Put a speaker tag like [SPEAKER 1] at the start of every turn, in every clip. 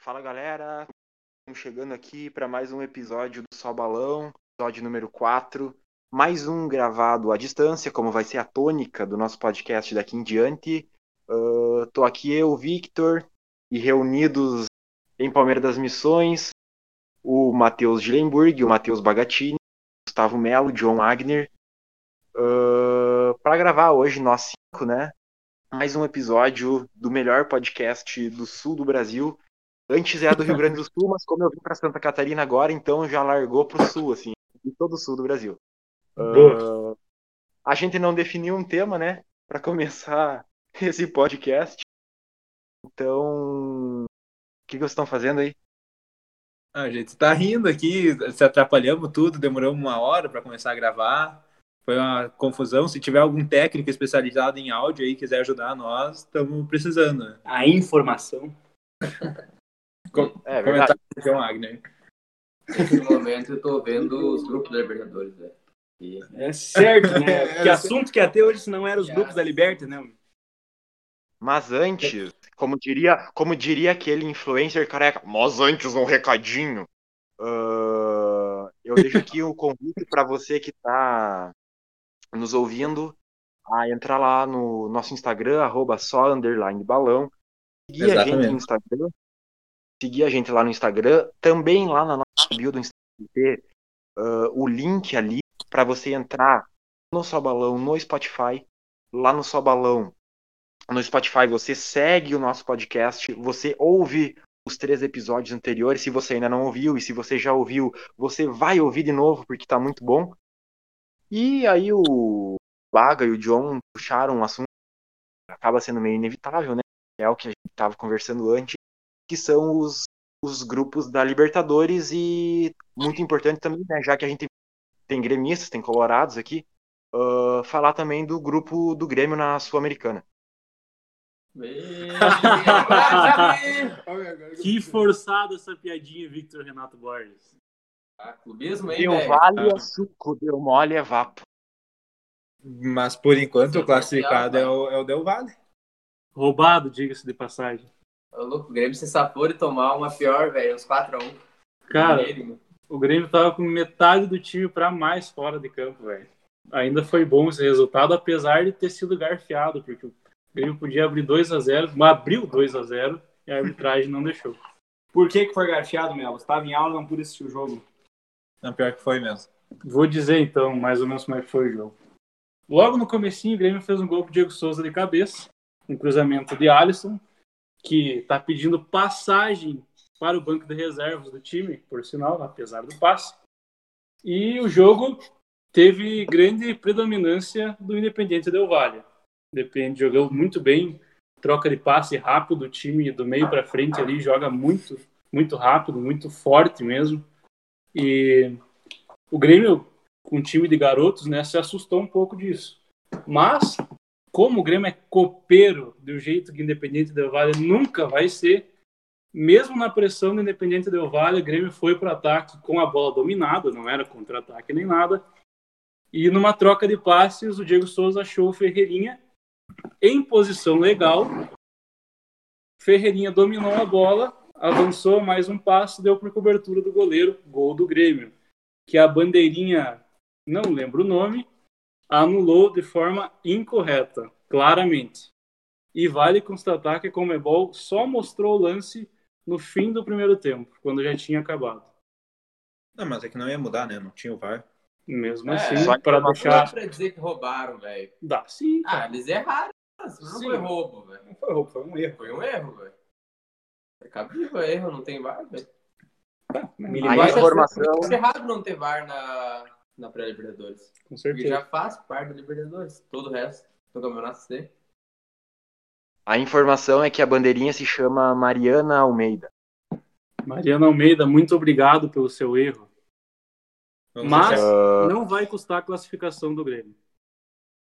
[SPEAKER 1] Fala galera, estamos chegando aqui para mais um episódio do Sol Balão, episódio número 4. Mais um gravado à distância, como vai ser a tônica do nosso podcast daqui em diante. Uh, tô aqui eu, Victor, e reunidos em Palmeiras das Missões, o Matheus Gilenburg, o Matheus Bagatini, Gustavo Melo, John Agner, uh, para gravar hoje nós cinco, né? Mais um episódio do melhor podcast do sul do Brasil. Antes era do Rio Grande do Sul, mas como eu vim para Santa Catarina agora, então já largou pro sul, assim, e todo o sul do Brasil. Uh, a gente não definiu um tema, né, para começar esse podcast. Então, o que, que vocês estão fazendo aí?
[SPEAKER 2] A gente tá rindo aqui, se atrapalhamos tudo, demoramos uma hora para começar a gravar. Foi uma confusão. Se tiver algum técnico especializado em áudio aí quiser ajudar nós, estamos precisando. né?
[SPEAKER 3] a informação.
[SPEAKER 2] Com
[SPEAKER 1] É verdade.
[SPEAKER 2] comentário do João Agner.
[SPEAKER 4] Nesse momento eu tô vendo os grupos da Libertadores, velho. E
[SPEAKER 3] É certo, né? que assunto que até hoje se não eram os grupos da Liberta, né?
[SPEAKER 1] Mas antes, como diria, como diria aquele influencer careca, mas antes um recadinho. Ah, eu deixo aqui um convite para você que está nos ouvindo a entrar lá no nosso Instagram, arroba só underline balão. Seguir a gente
[SPEAKER 2] Exatamente.
[SPEAKER 1] no Instagram. Seguir a gente lá no Instagram. Também lá na nossa bio do Instagram vai ter ah, o link ali para você entrar no Só Balão no Spotify. Lá no Só Balão no Spotify, você segue o nosso podcast, você ouve os três episódios anteriores, se você ainda não ouviu, e se você já ouviu, você vai ouvir de novo, porque tá muito bom. E aí o Baga e o John puxaram um assunto que acaba sendo meio inevitável, né? É o que a gente tava conversando antes, que são os, os grupos da Libertadores e muito importante também, né? Já que a gente tem gremistas, tem colorados aqui, ah, falar também do grupo do Grêmio na Sul-Americana.
[SPEAKER 3] Que forçada essa piadinha, Victor Renato Borges.
[SPEAKER 4] Ah, clubismo, hein,
[SPEAKER 1] Deu
[SPEAKER 4] velho?
[SPEAKER 1] vale é suco, deu mole é vapo.
[SPEAKER 2] Mas por enquanto
[SPEAKER 4] Sim,
[SPEAKER 2] o classificado é o, é o Del Valle.
[SPEAKER 3] Roubado, diga-se de passagem.
[SPEAKER 4] Ô, louco, o Grêmio se sapor e tomar uma pior, velho. Uns 4x1.
[SPEAKER 3] Cara, o Grêmio tava com metade do time pra mais fora de campo, velho. Ainda foi bom esse resultado, apesar de ter sido garfiado, porque o Grêmio podia abrir 2 a 0 mas abriu 2 a 0 e a arbitragem não deixou.
[SPEAKER 5] Por que, que foi garfiado, Melo? Estava em aula não pude assistir o jogo.
[SPEAKER 2] Não, pior que foi mesmo.
[SPEAKER 3] Vou dizer então, mais ou menos como é que foi o jogo. Logo no comecinho, o Grêmio fez um gol pro Diego Souza de cabeça, um cruzamento de Alisson, que tá pedindo passagem para o banco de reservas do time, por sinal, apesar do passe. E o jogo teve grande predominância do Independiente Del Valle. Depende, jogou muito bem, troca de passe rápido, o time do meio para frente ali joga muito, muito rápido, muito forte mesmo. E o Grêmio, com um time de garotos, né, se assustou um pouco disso. Mas, como o Grêmio é copeiro do jeito que o Independente Del Valle nunca vai ser, mesmo na pressão do Independente Del Valle, o Grêmio foi para ataque com a bola dominada, não era contra-ataque nem nada. E numa troca de passes, o Diego Souza achou o Ferreirinha em posição legal. Ferreirinha dominou a bola, avançou mais um passo, deu por cobertura do goleiro, gol do Grêmio que a bandeirinha, não lembro o nome, anulou de forma incorreta, claramente. E vale constatar que a Comebol só mostrou o lance no fim do primeiro tempo, quando já tinha acabado.
[SPEAKER 2] Não, mas é que não ia mudar, né? Não tinha o VAR.
[SPEAKER 3] Mesmo
[SPEAKER 4] É,
[SPEAKER 3] assim,
[SPEAKER 1] só que
[SPEAKER 3] para
[SPEAKER 1] uma
[SPEAKER 4] Não dá
[SPEAKER 3] deixar.
[SPEAKER 4] pra dizer que roubaram, velho.
[SPEAKER 3] Dá sim,
[SPEAKER 4] Ah,
[SPEAKER 3] cara.
[SPEAKER 4] eles erraram. mas Não
[SPEAKER 3] Sim.
[SPEAKER 4] foi roubo, velho.
[SPEAKER 2] Não foi roubo, foi um erro.
[SPEAKER 4] Foi um erro, velho. É cabível, é erro, não tem VAR, velho.
[SPEAKER 1] Aí
[SPEAKER 4] vai
[SPEAKER 1] a
[SPEAKER 4] ser-
[SPEAKER 1] informação,
[SPEAKER 4] É errado não ter VAR na, na pré-Libertadores.
[SPEAKER 3] com
[SPEAKER 4] Porque
[SPEAKER 3] certeza.
[SPEAKER 4] já faz parte da Libertadores. Todo o resto do Campeonato C.
[SPEAKER 1] a informação é que a bandeirinha se chama Mariana Almeida.
[SPEAKER 3] Mariana Almeida, muito obrigado pelo seu erro.
[SPEAKER 2] Vamos,
[SPEAKER 3] Mas-
[SPEAKER 2] deixar,
[SPEAKER 3] Não vai custar a classificação do Grêmio.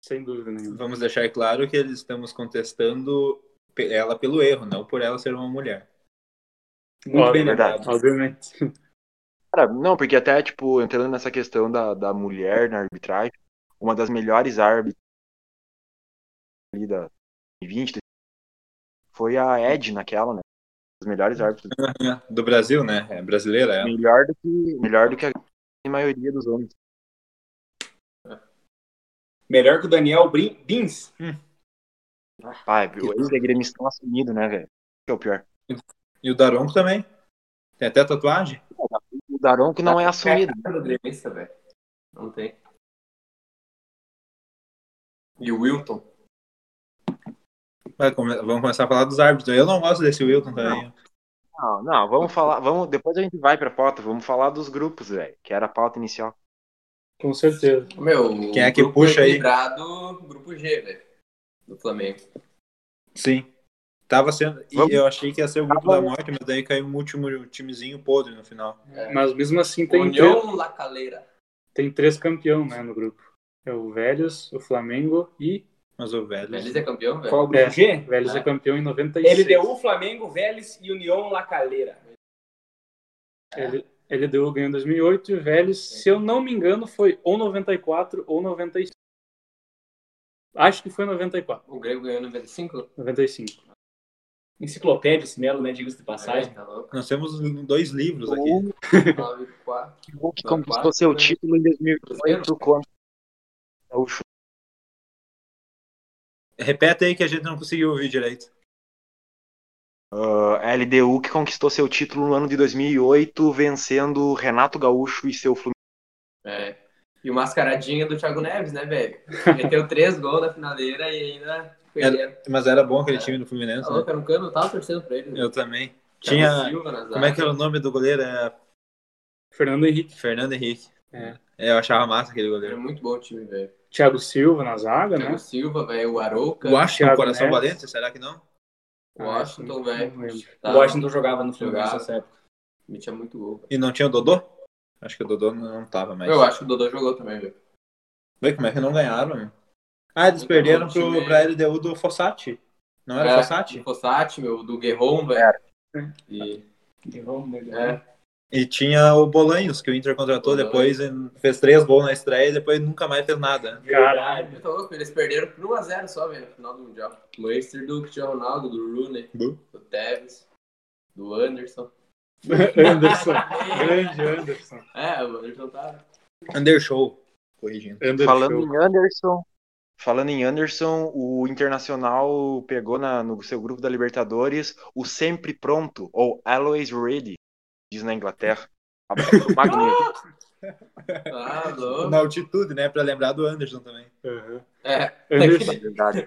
[SPEAKER 3] Sem dúvida nenhuma.
[SPEAKER 2] vamos deixar claro que eles estamos contestando pe- ela pelo erro, não por ela ser uma mulher.
[SPEAKER 3] Muito
[SPEAKER 2] bem
[SPEAKER 1] verdade.
[SPEAKER 2] lembrado.
[SPEAKER 3] é Obviamente.
[SPEAKER 1] Cara, não, porque até, tipo, entrando nessa questão da, da mulher na arbitragem, uma das melhores árbitras ali da 20 foi a Ed naquela, né? Os melhores árbitros.
[SPEAKER 2] Do Brasil, né? É brasileira, é.
[SPEAKER 1] Melhor do que, melhor do que a grande maioria dos homens.
[SPEAKER 5] Melhor que o Daniel Brin- Bins.
[SPEAKER 1] Pai, Ah, o ex-gremistão assumido, né, velho? Que é o pior.
[SPEAKER 2] E o Daronco também. Tem até tatuagem.
[SPEAKER 1] O Daronco não é assumido.
[SPEAKER 4] É a cara do gremista, velho. Não tem. E o Wilton.
[SPEAKER 2] Vai, come- vamos começar a falar dos árbitros. Eu não gosto desse Wilton também.
[SPEAKER 1] Não, não, vamos falar. Vamos, depois a gente vai pra pauta, vamos falar dos grupos, velho, que era a pauta inicial.
[SPEAKER 3] Com certeza.
[SPEAKER 4] Meu,
[SPEAKER 2] Quem
[SPEAKER 4] o
[SPEAKER 2] é que
[SPEAKER 4] grupo
[SPEAKER 2] puxa aí?
[SPEAKER 4] equilibrado, grupo G, velho. Do Flamengo.
[SPEAKER 2] Sim. Tava sendo. e
[SPEAKER 1] Vamos.
[SPEAKER 2] eu achei que ia ser o grupo
[SPEAKER 1] Tava-
[SPEAKER 2] da morte, mas daí caiu um último timezinho podre no final.
[SPEAKER 3] Mas mesmo assim tem, três,
[SPEAKER 4] União La Calera.
[SPEAKER 3] tem três campeão, né, no grupo. É o Velhos, o Flamengo e
[SPEAKER 2] Mas o velho.
[SPEAKER 4] Feliz é campeão, velho.
[SPEAKER 5] Qual o grupo
[SPEAKER 3] É.
[SPEAKER 5] G?
[SPEAKER 3] Velhos é,
[SPEAKER 4] É.
[SPEAKER 3] campeão em 96.
[SPEAKER 5] LDU, um Flamengo, Vélez e União La Calera.
[SPEAKER 3] Ele, LDU ganhou em 2008 e o Vélez, se eu não me engano, foi ou 94 ou 95. Acho que foi 94,
[SPEAKER 4] O Grego ganhou 95?
[SPEAKER 3] 95.
[SPEAKER 5] Enciclopédia, esse Melo, né? Diga-se de passagem.
[SPEAKER 4] É, tá louco.
[SPEAKER 2] Nós temos dois livros aqui.
[SPEAKER 4] 9, 4.
[SPEAKER 1] O que conquistou seu título em 2018 contra o Gaúcho.
[SPEAKER 2] Repete aí que a gente não conseguiu ouvir direito.
[SPEAKER 1] Ah, LDU que conquistou seu título no ano de 2008, vencendo Renato Gaúcho e seu Fluminense.
[SPEAKER 4] É. E o mascaradinha do Thiago Neves, né, velho? Meteu três gols na finaleira e ainda perdeu.
[SPEAKER 2] Mas era bom aquele time do Fluminense,
[SPEAKER 4] Tá
[SPEAKER 2] né?
[SPEAKER 4] louco, era um cano, eu tava torcendo pra ele. né?
[SPEAKER 2] Eu também.
[SPEAKER 4] Thiago
[SPEAKER 2] Tinha.
[SPEAKER 4] Silva na zaga.
[SPEAKER 2] Como é que era o nome do goleiro? Era
[SPEAKER 3] Fernando Henrique,
[SPEAKER 2] Fernando Henrique.
[SPEAKER 3] É.
[SPEAKER 2] É, Eu achava massa aquele
[SPEAKER 4] Era
[SPEAKER 2] goleiro.
[SPEAKER 4] muito bom o time, velho.
[SPEAKER 3] Thiago Silva na zaga, né?
[SPEAKER 4] Thiago Silva, velho, o Arouca,
[SPEAKER 2] O Washington,
[SPEAKER 3] Thiago
[SPEAKER 2] é um coração
[SPEAKER 3] Neves.
[SPEAKER 2] valente, será que não?
[SPEAKER 5] Ah, é,
[SPEAKER 4] o Washington, velho.
[SPEAKER 3] Não lembro.
[SPEAKER 4] Tá,
[SPEAKER 5] O Washington jogava no Fluminense
[SPEAKER 4] Jogava.
[SPEAKER 5] nessa época.
[SPEAKER 4] Metia muito gol.
[SPEAKER 2] E não tinha o Dodô? Acho que o Dodô não tava mais.
[SPEAKER 4] Eu acho que o Dodô jogou também, velho.
[SPEAKER 2] Vê como é que não ganharam. meu? Ah, eles
[SPEAKER 4] Então,
[SPEAKER 2] perderam
[SPEAKER 4] o
[SPEAKER 2] pro,
[SPEAKER 4] time-
[SPEAKER 2] pra LDU do Fossati. Não era
[SPEAKER 4] É,
[SPEAKER 2] Fossati?
[SPEAKER 4] do Fossati, meu, do Guerron, velho. E,
[SPEAKER 5] né?
[SPEAKER 4] é,
[SPEAKER 2] E tinha o Bolanhos, que o Inter contratou
[SPEAKER 4] Bolanhos.
[SPEAKER 2] depois, e fez três gols na estreia e depois nunca mais fez nada.
[SPEAKER 3] Caralho.
[SPEAKER 4] eu tô louco, eles perderam por 1x0 só, velho, no final do Mundial. Do Leicester, do Cristiano Ronaldo, do Rooney,
[SPEAKER 2] Bu.
[SPEAKER 4] do Tevez, do Anderson.
[SPEAKER 3] Anderson. Grande Anderson.
[SPEAKER 4] É, o Anderson tá...
[SPEAKER 2] Undershow. Corrigindo.
[SPEAKER 3] Anderson.
[SPEAKER 1] Falando em Anderson, falando em Anderson, o Internacional pegou na- no seu grupo da Libertadores o sempre pronto ou always ready, diz na Inglaterra. Abraço pro Magnífico.
[SPEAKER 4] Ah, louco.
[SPEAKER 2] Na altitude, né? Pra lembrar do Anderson também.
[SPEAKER 3] Uhum.
[SPEAKER 4] É,
[SPEAKER 1] na
[SPEAKER 3] Anderson.
[SPEAKER 1] verdade.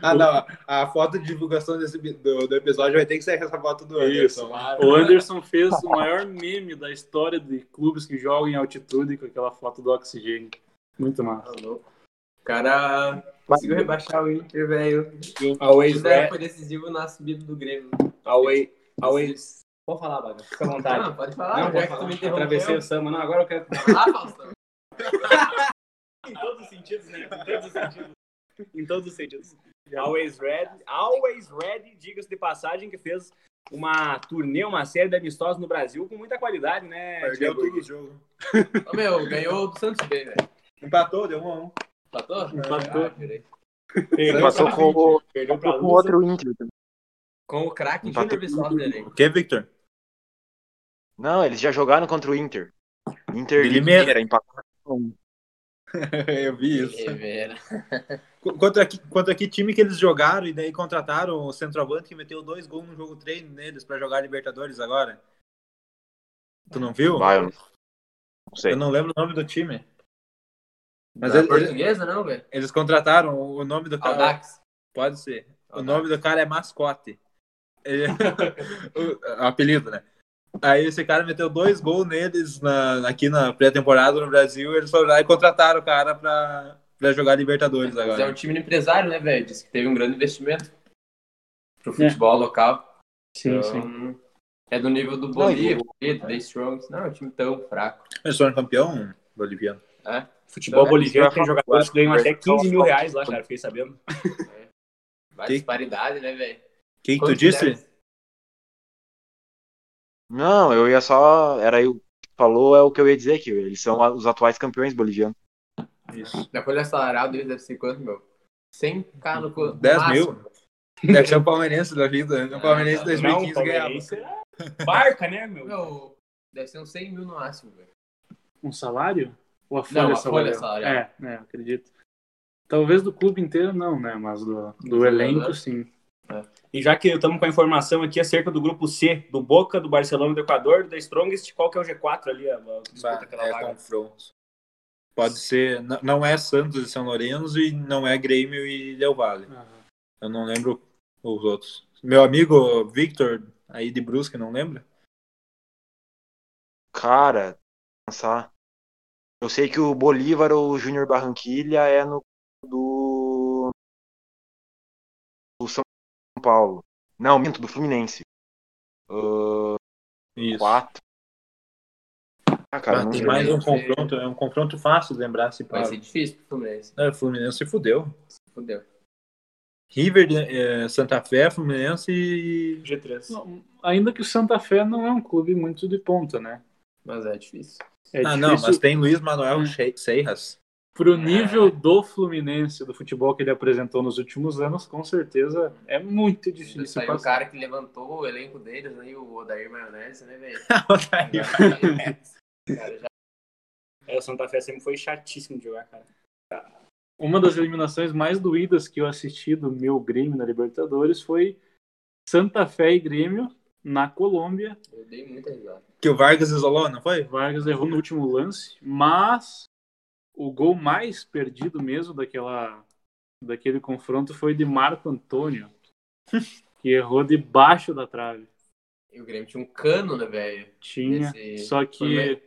[SPEAKER 2] Ah, não. A foto de divulgação desse, do, do episódio vai ter que ser essa foto do Anderson. Ah,
[SPEAKER 3] O Anderson fez o maior meme da história de clubes que jogam em altitude com aquela foto do oxigênio. Muito
[SPEAKER 4] tá
[SPEAKER 3] massa.
[SPEAKER 4] louco. O cara conseguiu rebaixar o Inter, velho.
[SPEAKER 5] Always,
[SPEAKER 4] Isso daí
[SPEAKER 5] re-
[SPEAKER 4] foi decisivo na subida do Grêmio.
[SPEAKER 5] always, always. Pode falar, Baga. Fica à vontade.
[SPEAKER 4] Não, pode falar,
[SPEAKER 5] não,
[SPEAKER 4] já
[SPEAKER 5] pode
[SPEAKER 4] que tu
[SPEAKER 5] falar.
[SPEAKER 4] me
[SPEAKER 5] Atravessei
[SPEAKER 4] interrompeu.
[SPEAKER 5] o samba. Não, agora eu quero...
[SPEAKER 4] Ah, Faustão.
[SPEAKER 5] Em todos os sentidos, né? Em todos os sentidos. Em todos os sentidos. Always Ready, Always Ready, diga-se de passagem, que fez uma turnê, uma série de amistosos no Brasil com muita qualidade, né?
[SPEAKER 2] É, Perdeu
[SPEAKER 5] Diego?
[SPEAKER 2] tudo o jogo.
[SPEAKER 4] Ô, meu, ganhou do Santos B, velho.
[SPEAKER 2] Empatou, deu um a um.
[SPEAKER 4] Empatou?
[SPEAKER 3] Empatou.
[SPEAKER 4] Ah, jurei.
[SPEAKER 5] Perdeu
[SPEAKER 1] Empatou
[SPEAKER 5] pra-
[SPEAKER 1] com o
[SPEAKER 5] Perdeu pra
[SPEAKER 1] empatou com
[SPEAKER 5] Lusa.
[SPEAKER 1] outro Inter. também.
[SPEAKER 4] Com o craque
[SPEAKER 1] Empatou.
[SPEAKER 4] Júnior Viçosa do elenco.
[SPEAKER 2] O que, Victor?
[SPEAKER 1] Não, eles já jogaram contra o Inter. Inter
[SPEAKER 2] De
[SPEAKER 1] de
[SPEAKER 2] Limeira.
[SPEAKER 1] Limeira, empatou.
[SPEAKER 2] Eu vi isso.
[SPEAKER 4] Rivera.
[SPEAKER 2] Qu- Contra que, contra que time que eles jogaram e daí contrataram o centroavante que meteu dois gols no jogo treino neles pra jogar Libertadores agora? Tu não viu?
[SPEAKER 1] Vai, eu não sei.
[SPEAKER 2] Eu não lembro o nome do time. Mas
[SPEAKER 4] Não é
[SPEAKER 2] ele- Ah, tá ele-
[SPEAKER 4] portuguesa, não, velho?
[SPEAKER 2] eles contrataram o nome do cara.
[SPEAKER 4] Aldax.
[SPEAKER 2] Pode ser. O
[SPEAKER 4] Aldax.
[SPEAKER 2] nome do cara é Mascote. Ele- o, o apelido, né? Aí esse cara meteu dois gols neles na, aqui na pré-temporada no Brasil. Eles foram lá e contrataram o cara pra, pra jogar Libertadores
[SPEAKER 4] Mas é
[SPEAKER 2] agora.
[SPEAKER 4] um time do empresário, né, velho? Diz que teve um grande investimento
[SPEAKER 2] É.
[SPEAKER 4] pro futebol local.
[SPEAKER 3] Sim,
[SPEAKER 4] Então,
[SPEAKER 3] sim.
[SPEAKER 4] É do nível do Bolívia, Pedro, The Strongs. Não, é um time tão fraco.
[SPEAKER 2] Eles foram campeão boliviano.
[SPEAKER 5] Futebol
[SPEAKER 4] É,
[SPEAKER 5] boliviano
[SPEAKER 1] isso
[SPEAKER 5] tem
[SPEAKER 1] vai falar,
[SPEAKER 5] Né? jogadores que ganham até
[SPEAKER 1] vai
[SPEAKER 5] 15 mil
[SPEAKER 1] falar.
[SPEAKER 5] reais lá, cara. Fiquei sabendo.
[SPEAKER 4] Vai
[SPEAKER 2] Que-
[SPEAKER 4] disparidade, né, velho?
[SPEAKER 2] O que, que tu
[SPEAKER 4] Quantos
[SPEAKER 2] disse?
[SPEAKER 4] deles?
[SPEAKER 1] Não, eu ia só. Era aí o que tu falou, é o que eu ia dizer que eles são os atuais campeões bolivianos.
[SPEAKER 4] Já foi assalariado deles deve ser quanto, meu? 100k no
[SPEAKER 2] 10 mil? Deve ser o palmeirense da vida. né? O palmeirense de
[SPEAKER 4] É,
[SPEAKER 2] 2015
[SPEAKER 3] não,
[SPEAKER 2] ganhava.
[SPEAKER 3] palmeirense era Barca, né, meu?
[SPEAKER 4] Meu, deve ser uns 100 mil no máximo, velho.
[SPEAKER 3] Um salário? Ou a
[SPEAKER 4] Não,
[SPEAKER 3] folha
[SPEAKER 4] a folha
[SPEAKER 3] salarial?
[SPEAKER 4] salarial.
[SPEAKER 3] É, né, acredito. Talvez do clube inteiro não, né? Mas do,
[SPEAKER 4] é
[SPEAKER 3] do elenco, sim.
[SPEAKER 5] E já que estamos com a informação aqui acerca do grupo C, do Boca, do Barcelona, do Equador, da Strongest, qual que é o G4 ali? a- a- que
[SPEAKER 2] Bah,
[SPEAKER 5] Disputa aquela
[SPEAKER 2] é
[SPEAKER 5] vaga.
[SPEAKER 2] confronto. Pode ser, n- não é Santos e São Lourenço e não é Grêmio e Del Valle. Eu não lembro os outros. Meu amigo Victor, aí de Brusque, não lembra?
[SPEAKER 1] Cara, pensar. Eu sei que o Bolívar ou o Júnior Barranquilha é no do do São Paulo. Não, minto, do Fluminense.
[SPEAKER 2] Isso.
[SPEAKER 1] Quatro. Ah, cara,
[SPEAKER 2] Ah,
[SPEAKER 1] não
[SPEAKER 2] tem
[SPEAKER 1] sei.
[SPEAKER 2] mais um
[SPEAKER 4] Vai ser-
[SPEAKER 2] confronto, é um confronto fácil de lembrar se
[SPEAKER 4] Vai
[SPEAKER 2] pá.
[SPEAKER 4] ser difícil pro Fluminense.
[SPEAKER 2] É, o Fluminense se fudeu.
[SPEAKER 4] Fudeu.
[SPEAKER 2] River, eh, Santa Fé, Fluminense e.
[SPEAKER 5] G3.
[SPEAKER 3] Não, Ainda que o Santa Fé não é um clube muito de ponta, né?
[SPEAKER 4] Mas é difícil.
[SPEAKER 3] É
[SPEAKER 2] ah,
[SPEAKER 3] difícil
[SPEAKER 2] não, mas tem Luiz Manuel Che- Seiras.
[SPEAKER 3] pro nível do Fluminense, do futebol que ele apresentou nos últimos anos, com certeza é muito
[SPEAKER 4] Difícil
[SPEAKER 3] difícil
[SPEAKER 4] Saiu o
[SPEAKER 3] passar.
[SPEAKER 4] cara que levantou o elenco deles, né? e O Odair Maionese, né, velho?
[SPEAKER 2] Tá
[SPEAKER 3] É.
[SPEAKER 4] Cara, já-
[SPEAKER 5] É, o Santa Fé sempre foi chatíssimo de jogar, cara.
[SPEAKER 3] Uma das eliminações mais doídas que eu assisti do meu Grêmio na Libertadores foi Santa Fé e Grêmio na Colômbia.
[SPEAKER 4] Eu dei muita risada.
[SPEAKER 2] Que o Vargas isolou, não foi?
[SPEAKER 3] Vargas errou no último lance, mas o gol mais perdido mesmo daquela daquele confronto foi de Marco Antônio, que errou debaixo da trave.
[SPEAKER 4] E o Grêmio tinha um cano, né, velho?
[SPEAKER 3] Tinha,
[SPEAKER 4] Esse-
[SPEAKER 3] só que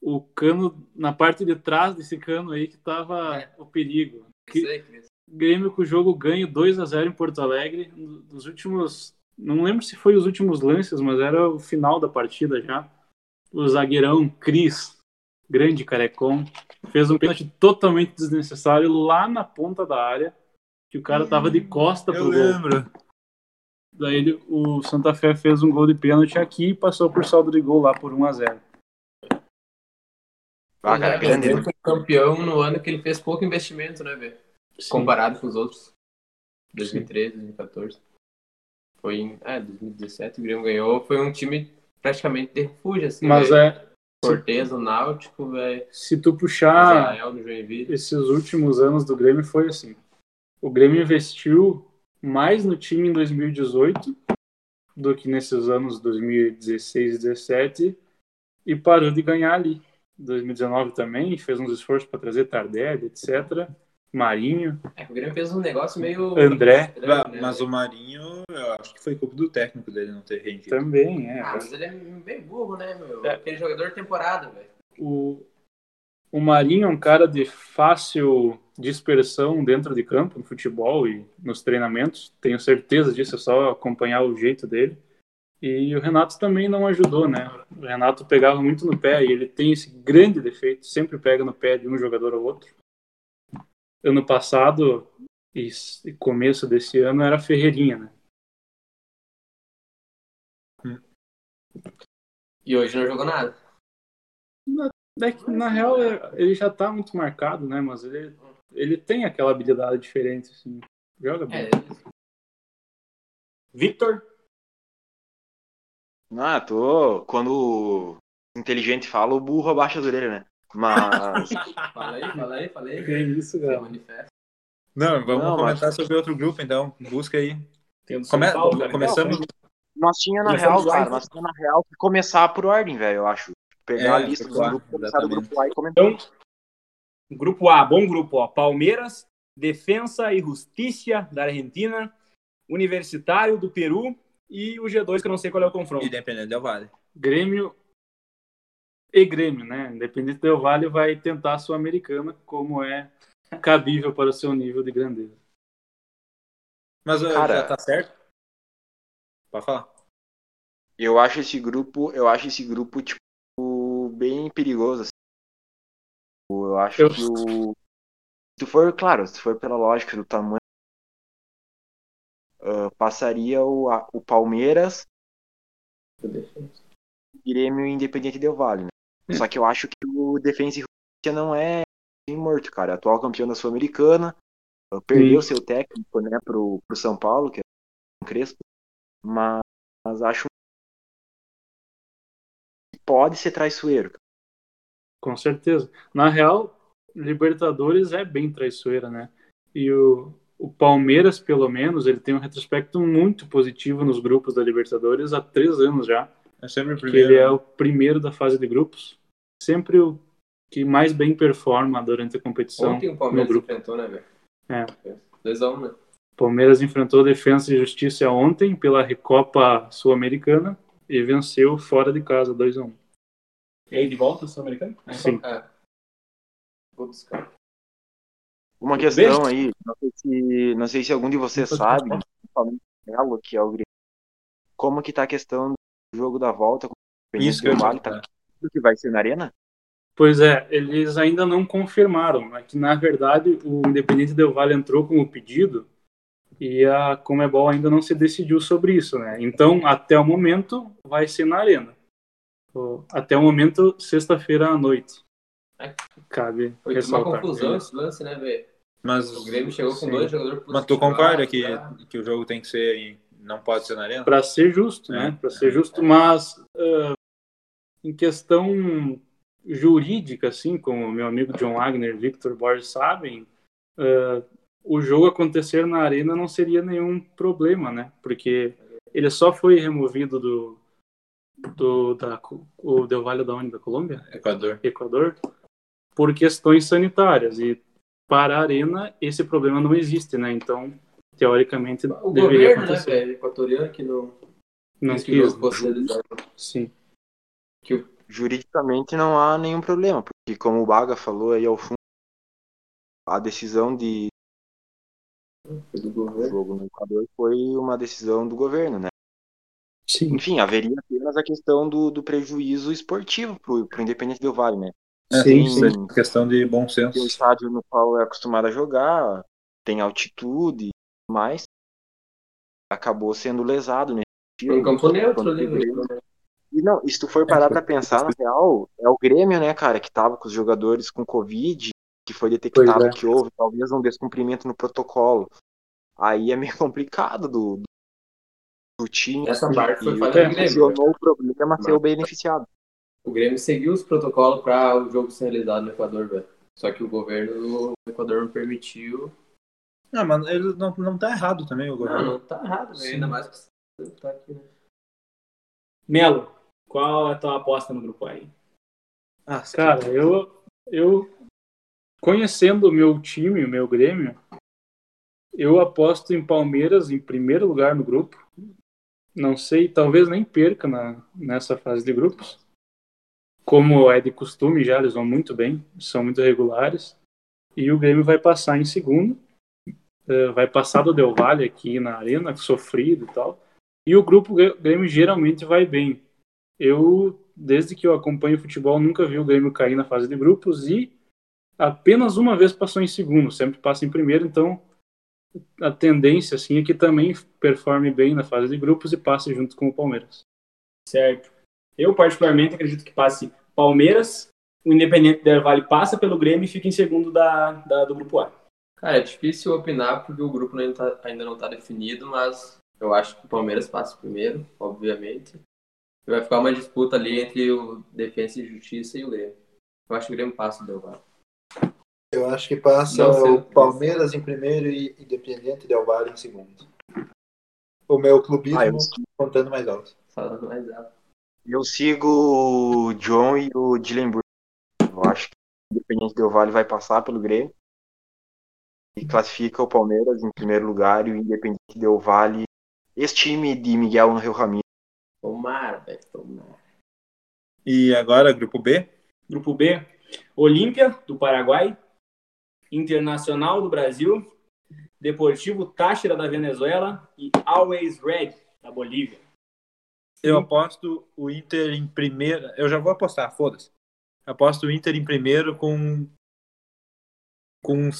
[SPEAKER 3] o cano, na parte de trás desse cano aí que tava
[SPEAKER 4] É.
[SPEAKER 3] o perigo.
[SPEAKER 4] Eu
[SPEAKER 3] Que-
[SPEAKER 4] sei, Cris.
[SPEAKER 3] Grêmio com o jogo ganho 2 a 0 em Porto Alegre, nos últimos, não lembro se foi os últimos lances, mas era o final da partida já. O zagueirão Cris, grande carecão, fez um pênalti totalmente desnecessário lá na ponta da área, que o cara tava de costa pro gol. Daí ele- o Santa Fé fez um gol de pênalti aqui e passou por saldo de gol lá por 1 a 0.
[SPEAKER 1] Ah, cara,
[SPEAKER 4] O
[SPEAKER 2] um, né?
[SPEAKER 1] grande.
[SPEAKER 4] Grêmio foi campeão no ano que ele fez pouco investimento, né, velho? Comparado com os outros. 2013, 2014. Foi em. Ah, 2017 o Grêmio ganhou. Foi um time praticamente de refúgio, assim.
[SPEAKER 3] Mas
[SPEAKER 4] velho.
[SPEAKER 3] é, Ah.
[SPEAKER 4] Cortez, o Náutico, velho.
[SPEAKER 3] se tu puxar
[SPEAKER 4] Israel do Joinville.
[SPEAKER 3] esses últimos anos do Grêmio foi assim. O Grêmio investiu mais no time em 2018 do que nesses anos 2016 e 2017 e parou de ganhar ali. 2019 também fez uns esforços para trazer Tardelli, etc. Marinho,
[SPEAKER 4] É que o Grêmio fez um negócio meio.
[SPEAKER 3] André.
[SPEAKER 4] estranho, né,
[SPEAKER 2] Mas
[SPEAKER 4] velho?
[SPEAKER 2] o Marinho, eu acho que foi culpa do técnico dele não ter rendido.
[SPEAKER 3] também é.
[SPEAKER 4] Ah, mas ele é bem burro, né, meu?
[SPEAKER 3] É.
[SPEAKER 4] Aquele jogador de temporada, velho.
[SPEAKER 3] O, o Marinho é um cara de fácil dispersão dentro de campo, no futebol e nos treinamentos. Tenho certeza disso, é só acompanhar o jeito dele. E o Renato também não ajudou, né? O Renato pegava muito no pé e ele tem esse grande defeito, sempre pega no pé de um jogador ou outro. Ano passado e s- e começo desse ano era Ferreirinha, né?
[SPEAKER 4] E hoje não jogou nada.
[SPEAKER 3] É que, na real, é- ele já tá muito marcado, né? Mas ele, ele tem aquela habilidade diferente, assim. Joga bem.
[SPEAKER 4] É,
[SPEAKER 5] Victor,
[SPEAKER 1] Ah, tô. Quando o inteligente fala, o burro abaixa as orelhas, né? Mas.
[SPEAKER 4] fala aí, fala aí, fala aí.
[SPEAKER 3] Que É isso,
[SPEAKER 4] Se
[SPEAKER 3] cara.
[SPEAKER 4] manifesta.
[SPEAKER 2] Não, vamos
[SPEAKER 1] Não,
[SPEAKER 2] comentar sobre outro grupo, então. Busca aí.
[SPEAKER 5] tem o do São
[SPEAKER 2] Come-
[SPEAKER 5] Paulo,
[SPEAKER 3] né?
[SPEAKER 5] cara.
[SPEAKER 2] começamos.
[SPEAKER 1] Nós tinha na
[SPEAKER 5] Nós
[SPEAKER 1] real,
[SPEAKER 5] somos lá,
[SPEAKER 1] cara,
[SPEAKER 5] então.
[SPEAKER 1] nós tinha na real que começar por ordem, velho, eu acho. Pegar
[SPEAKER 2] É,
[SPEAKER 1] a lista dos
[SPEAKER 2] claro,
[SPEAKER 1] grupos, começar do
[SPEAKER 2] exatamente.
[SPEAKER 1] grupo A e comentar.
[SPEAKER 5] Então, grupo A, bom grupo, ó. Palmeiras, Defensa e Justiça da Argentina, Universitário do Peru e o G2, que eu não sei qual é o confronto.
[SPEAKER 2] Independente Del Vale.
[SPEAKER 3] Grêmio e Grêmio, né? Independente Del Vale vai tentar a Sul-Americana, como é cabível para o seu nível de grandeza.
[SPEAKER 2] Mas ó,
[SPEAKER 1] Cara.
[SPEAKER 2] já tá certo? Pode falar.
[SPEAKER 1] Eu acho esse grupo, eu acho esse grupo, tipo, bem perigoso, assim. Tipo, Eu acho
[SPEAKER 3] Eu-
[SPEAKER 1] que o. Se for, claro, se for pela lógica do tamanho. ah, passaria o, a- o Palmeiras, Grêmio e Independiente Del Valle, né? Só que eu acho que o Defensa e Justiça não é bem morto, É cara. Atual campeão da Sul-Americana. ah, Perdeu seu técnico, né, pro, pro São Paulo, que Crespo, mas, mas acho que pode ser traiçoeiro.
[SPEAKER 3] Com certeza. Na real, Libertadores é bem traiçoeira, né? E o, o Palmeiras, pelo menos, ele tem um retrospecto muito positivo nos grupos da Libertadores há três anos já.
[SPEAKER 2] É sempre o
[SPEAKER 3] Que ele é
[SPEAKER 5] né?
[SPEAKER 2] primeiro.
[SPEAKER 3] o primeiro da fase de grupos. Sempre o que mais bem performa durante a competição.
[SPEAKER 4] Ontem o Palmeiras
[SPEAKER 3] no grupo.
[SPEAKER 4] enfrentou, né, velho?
[SPEAKER 3] É.
[SPEAKER 4] 2x1, né?
[SPEAKER 3] Palmeiras enfrentou a Defensa e Justiça ontem pela Recopa Sul-Americana e venceu fora de casa 2 a 1.
[SPEAKER 5] E aí, de volta, Sul-Americano?
[SPEAKER 3] Sim.
[SPEAKER 4] É. Vou buscar.
[SPEAKER 1] Uma questão aí, não sei se, não sei se algum de vocês sabe, principalmente o Melo, que é o grego, como que tá a questão do jogo da volta com o
[SPEAKER 2] Isso que
[SPEAKER 1] Península
[SPEAKER 2] eu né? ia
[SPEAKER 1] do Vale, tá
[SPEAKER 2] perguntar.
[SPEAKER 1] tudo que vai ser na arena?
[SPEAKER 3] Pois é, eles ainda não confirmaram, né, que na verdade o Independente Del Valle entrou com o pedido e a Comebol ainda não se decidiu sobre isso, né? Então, até o momento vai ser na Arena. Ó, Até o momento, sexta-feira à noite.
[SPEAKER 4] Ai.
[SPEAKER 3] Cabe
[SPEAKER 4] É. Foi uma
[SPEAKER 3] ressaltar.
[SPEAKER 4] confusão esse lance, né, velho?
[SPEAKER 2] Mas
[SPEAKER 4] O Grêmio chegou com
[SPEAKER 2] sim.
[SPEAKER 4] dois jogadores tá? pro
[SPEAKER 2] Mas tu
[SPEAKER 4] titular,
[SPEAKER 2] concorda que,
[SPEAKER 4] pra-
[SPEAKER 2] que o jogo tem que ser em- não pode ser na arena?
[SPEAKER 3] para ser justo, né? Para ser justo, mas ah, em questão jurídica, assim, como meu amigo John Wagner, e Victor Borges sabem, ah, o jogo acontecer na arena não seria nenhum problema, né? Porque ele só foi removido do do da Co- o Del Valle da onde da Colômbia,
[SPEAKER 2] Equador.
[SPEAKER 3] Equador, por questões sanitárias e para a arena esse problema não existe, né? Então teoricamente
[SPEAKER 4] O
[SPEAKER 3] deveria
[SPEAKER 4] governo, né,
[SPEAKER 3] acontecer.
[SPEAKER 4] velho? Equatoriano que não
[SPEAKER 3] não
[SPEAKER 4] quis que o
[SPEAKER 3] quis. né?
[SPEAKER 4] jogo fosse realizado.
[SPEAKER 3] Sim.
[SPEAKER 1] Juridicamente não há nenhum problema, porque como o Baga falou aí ao fundo, a decisão de
[SPEAKER 4] Foi do governo.
[SPEAKER 1] jogo no Equador foi uma decisão do governo, né?
[SPEAKER 3] Sim.
[SPEAKER 1] Enfim, haveria apenas a questão do, do prejuízo esportivo pro, pro Independente Del Vale, né?
[SPEAKER 2] É,
[SPEAKER 1] Sim,
[SPEAKER 2] tem
[SPEAKER 1] sim.
[SPEAKER 2] Questão de bom senso.
[SPEAKER 1] Tem o estádio no qual é acostumado a jogar, tem altitude e tudo mais. Acabou sendo lesado né? nesse
[SPEAKER 4] Foi um
[SPEAKER 1] tiro.
[SPEAKER 4] campo neutro ali, né?
[SPEAKER 1] Quando-
[SPEAKER 4] velho.
[SPEAKER 1] E não, e se tu for parar pra pensar, na real, é o Grêmio, né, cara, que tava com os jogadores com Covid, que foi detectado
[SPEAKER 3] Pois é.
[SPEAKER 1] que houve talvez um descumprimento no protocolo. Aí é meio complicado do, do, do time.
[SPEAKER 4] Essa parte foi
[SPEAKER 1] E
[SPEAKER 4] falha do Grêmio. né? velho.
[SPEAKER 1] ocasionou o problema ser o beneficiado.
[SPEAKER 4] O Grêmio seguiu os protocolos para o jogo ser realizado no Equador, velho. Só que o governo do Equador não permitiu.
[SPEAKER 2] Não, mas ele não, não tá errado também o
[SPEAKER 4] Não,
[SPEAKER 2] governo.
[SPEAKER 4] não tá errado, velho.
[SPEAKER 2] Sim.
[SPEAKER 4] Ainda mais que tá aqui, né?
[SPEAKER 5] Melo, qual é a tua aposta no grupo aí?
[SPEAKER 2] Ah,
[SPEAKER 3] Cara, eu, eu conhecendo o meu time, o meu Grêmio, eu aposto em Palmeiras em primeiro lugar no grupo. Não sei, talvez nem perca na, nessa fase de grupos. Como é de costume já, eles vão muito bem, são muito regulares. E o Grêmio vai passar em segundo. eh, vai passar do Del Valle aqui na arena, sofrido e tal. E o grupo Grê- Grêmio geralmente vai bem. Eu, desde que eu acompanho futebol, nunca vi o Grêmio cair na fase de grupos e apenas uma vez passou em segundo, sempre passa em primeiro, então a tendência assim é que também performe bem na fase de grupos e passe junto com o Palmeiras.
[SPEAKER 5] Certo. Eu, particularmente, acredito que passe Palmeiras, o Independente Del Vale passa pelo Grêmio e fica em segundo da, da- do grupo A.
[SPEAKER 4] Cara, é difícil opinar porque o grupo ainda, tá- ainda não tá definido, mas eu acho que o Palmeiras passa primeiro, obviamente. E vai ficar uma disputa ali entre o Defensa e Justiça e o Grêmio. Eu acho que o Grêmio passa o Del Valle.
[SPEAKER 6] Eu acho que passa
[SPEAKER 4] Não sei.
[SPEAKER 6] o Palmeiras em primeiro e Independente Del Valle em segundo. O meu clubismo
[SPEAKER 1] Ah, eu,
[SPEAKER 6] contando mais alto.
[SPEAKER 4] Falando mais rápido.
[SPEAKER 1] eu sigo o John e o Dylan Brooks. Eu acho que o Independente Del Vale vai passar pelo Grêmio. E classifica o Palmeiras em primeiro lugar e o Independente Del Vale. Esse time de Miguel Angel Ramírez.
[SPEAKER 4] Tomara, velho, tomara.
[SPEAKER 2] E agora, grupo B?
[SPEAKER 5] Grupo B, Olímpia, do Paraguai, Internacional do Brasil, Deportivo Táchira da Venezuela e Always Red da Bolívia.
[SPEAKER 2] Eu aposto o Inter em primeiro. Eu já vou apostar, foda-se. Aposto o Inter em primeiro com. com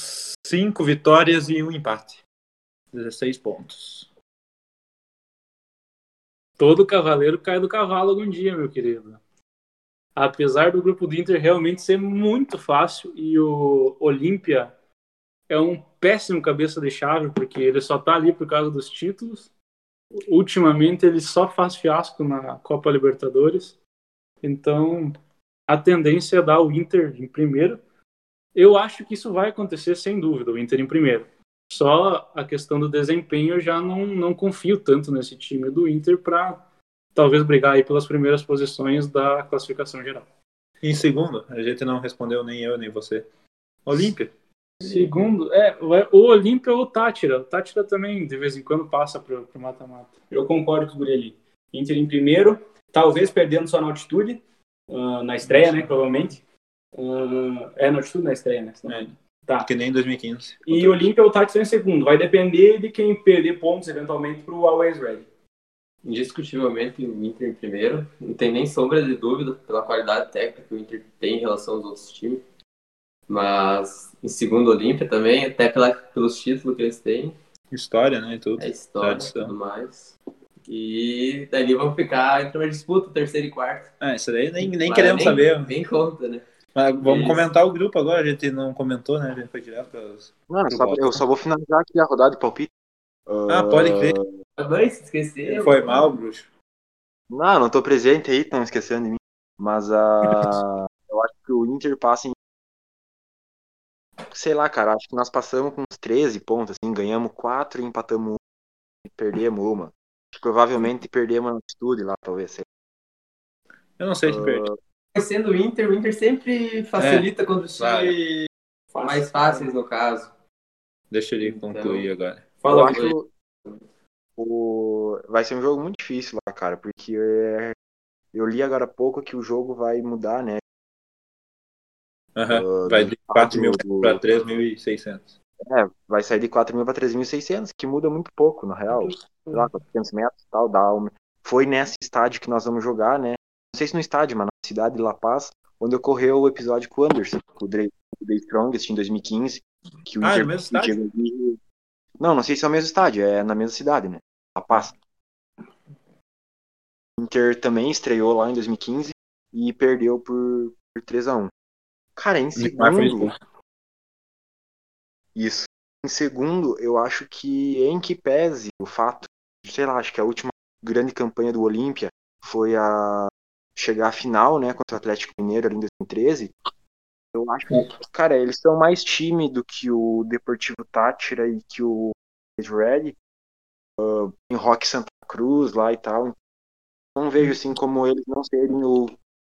[SPEAKER 2] cinco vitórias e um empate. 16 pontos.
[SPEAKER 3] Todo cavaleiro cai do cavalo algum dia, meu querido. Apesar do grupo do Inter realmente ser muito fácil e o Olímpia é um péssimo cabeça de chave porque ele só tá ali por causa dos títulos ultimamente ele só faz fiasco na Copa Libertadores. Então, a tendência é dar o Inter em primeiro. Eu acho que isso vai acontecer sem dúvida, o Inter em primeiro. Só a questão do desempenho eu já não, não confio tanto nesse time do Inter para talvez brigar aí pelas primeiras posições da classificação geral.
[SPEAKER 2] Em segundo, a gente não respondeu nem eu, nem você. Olímpia.
[SPEAKER 3] Segundo, é, o Olímpia ou o Tátira. O Tátira também, de vez em quando, passa pro, pro mata-mata.
[SPEAKER 5] Eu concordo com o Guri ali. Inter em primeiro, talvez perdendo só na altitude, ah, na estreia, né? Provavelmente. Ah, é na altitude na estreia, né? senão-
[SPEAKER 2] É.
[SPEAKER 5] Tá.
[SPEAKER 2] Que nem em 2015.
[SPEAKER 5] E o Olímpia ou Tati são em segundo. Vai depender de quem perder pontos eventualmente pro Always Ready.
[SPEAKER 4] Indiscutivelmente o Inter em primeiro. Não tem nem sombra de dúvida pela qualidade técnica que o Inter tem em relação aos outros times. Mas em segundo o Olímpia também, até pela, pelos títulos que eles têm,
[SPEAKER 2] História, né? E tudo.
[SPEAKER 4] é história e
[SPEAKER 2] Tradição.
[SPEAKER 4] tudo mais. E dali vão ficar entre uma disputa, terceiro e quarto.
[SPEAKER 2] Ah, isso daí nem, nem
[SPEAKER 4] Mas
[SPEAKER 2] queremos saber.
[SPEAKER 4] Nem conta, né?
[SPEAKER 2] Mas Ah, vamos
[SPEAKER 4] Isso.
[SPEAKER 2] comentar o grupo agora. A gente não comentou, né? A gente foi direto para os.
[SPEAKER 1] Mano, eu só, eu só vou finalizar aqui a rodada de palpite.
[SPEAKER 2] Ah, pode crer.
[SPEAKER 4] Mas se esquecer.
[SPEAKER 2] Foi mal, bruxo.
[SPEAKER 1] Não, não tô presente aí, estão esquecendo de mim. Mas a. eu acho que o Inter passa em. Sei lá, cara, acho que nós passamos com uns 13 pontos, assim, ganhamos 4 e empatamos 1 e perdemos uma. Acho que Provavelmente perdemos a altitude lá, talvez. sei
[SPEAKER 2] Eu não sei se
[SPEAKER 4] Ah.
[SPEAKER 2] perdi.
[SPEAKER 4] Sendo o Inter, o Inter sempre
[SPEAKER 2] É.
[SPEAKER 4] facilita quando os
[SPEAKER 2] claro.
[SPEAKER 4] times
[SPEAKER 5] Fácil.
[SPEAKER 4] mais fáceis, no caso.
[SPEAKER 2] Deixa ele concluir
[SPEAKER 4] Então.
[SPEAKER 2] agora.
[SPEAKER 1] lá. Eu
[SPEAKER 4] Fala,
[SPEAKER 1] acho o... vai ser um jogo muito difícil lá, cara, porque é, eu li agora há pouco que o jogo vai mudar, né?
[SPEAKER 2] Aham.
[SPEAKER 4] Ah,
[SPEAKER 2] Vai de 4 mil
[SPEAKER 1] do-
[SPEAKER 2] para 3.600.
[SPEAKER 1] vai sair de 4 mil pra 3.600, que muda muito pouco, na real. Sei lá, 400 metros e tal, dá uma... Foi nesse estádio que nós vamos jogar, né? Não sei se no estádio, mas na cidade de La Paz, onde ocorreu o episódio com o Anderson, com o Dre, com o Dre Strongest em 2015. Que o
[SPEAKER 2] Ah,
[SPEAKER 1] Inter-
[SPEAKER 2] no mesmo
[SPEAKER 1] o
[SPEAKER 2] estádio?
[SPEAKER 1] Diego Aguirre- Não, não sei se é o mesmo estádio, é na mesma cidade, né? La Paz.
[SPEAKER 2] Uhum.
[SPEAKER 1] O Inter também estreou lá em 2015 e perdeu por, por 3x1. Cara, em
[SPEAKER 2] Neymar foi
[SPEAKER 1] segundo, isso. Em segundo, eu acho que em que pese o fato, sei lá, acho que a última grande campanha do Olímpia foi a chegar à final, né, contra o Atlético Mineiro ali em 2013. Eu acho que, cara, eles são mais time do que o Deportivo Tátira e que o Red ah, em Rock Santa Cruz lá e tal. Então, Não vejo assim como eles não serem o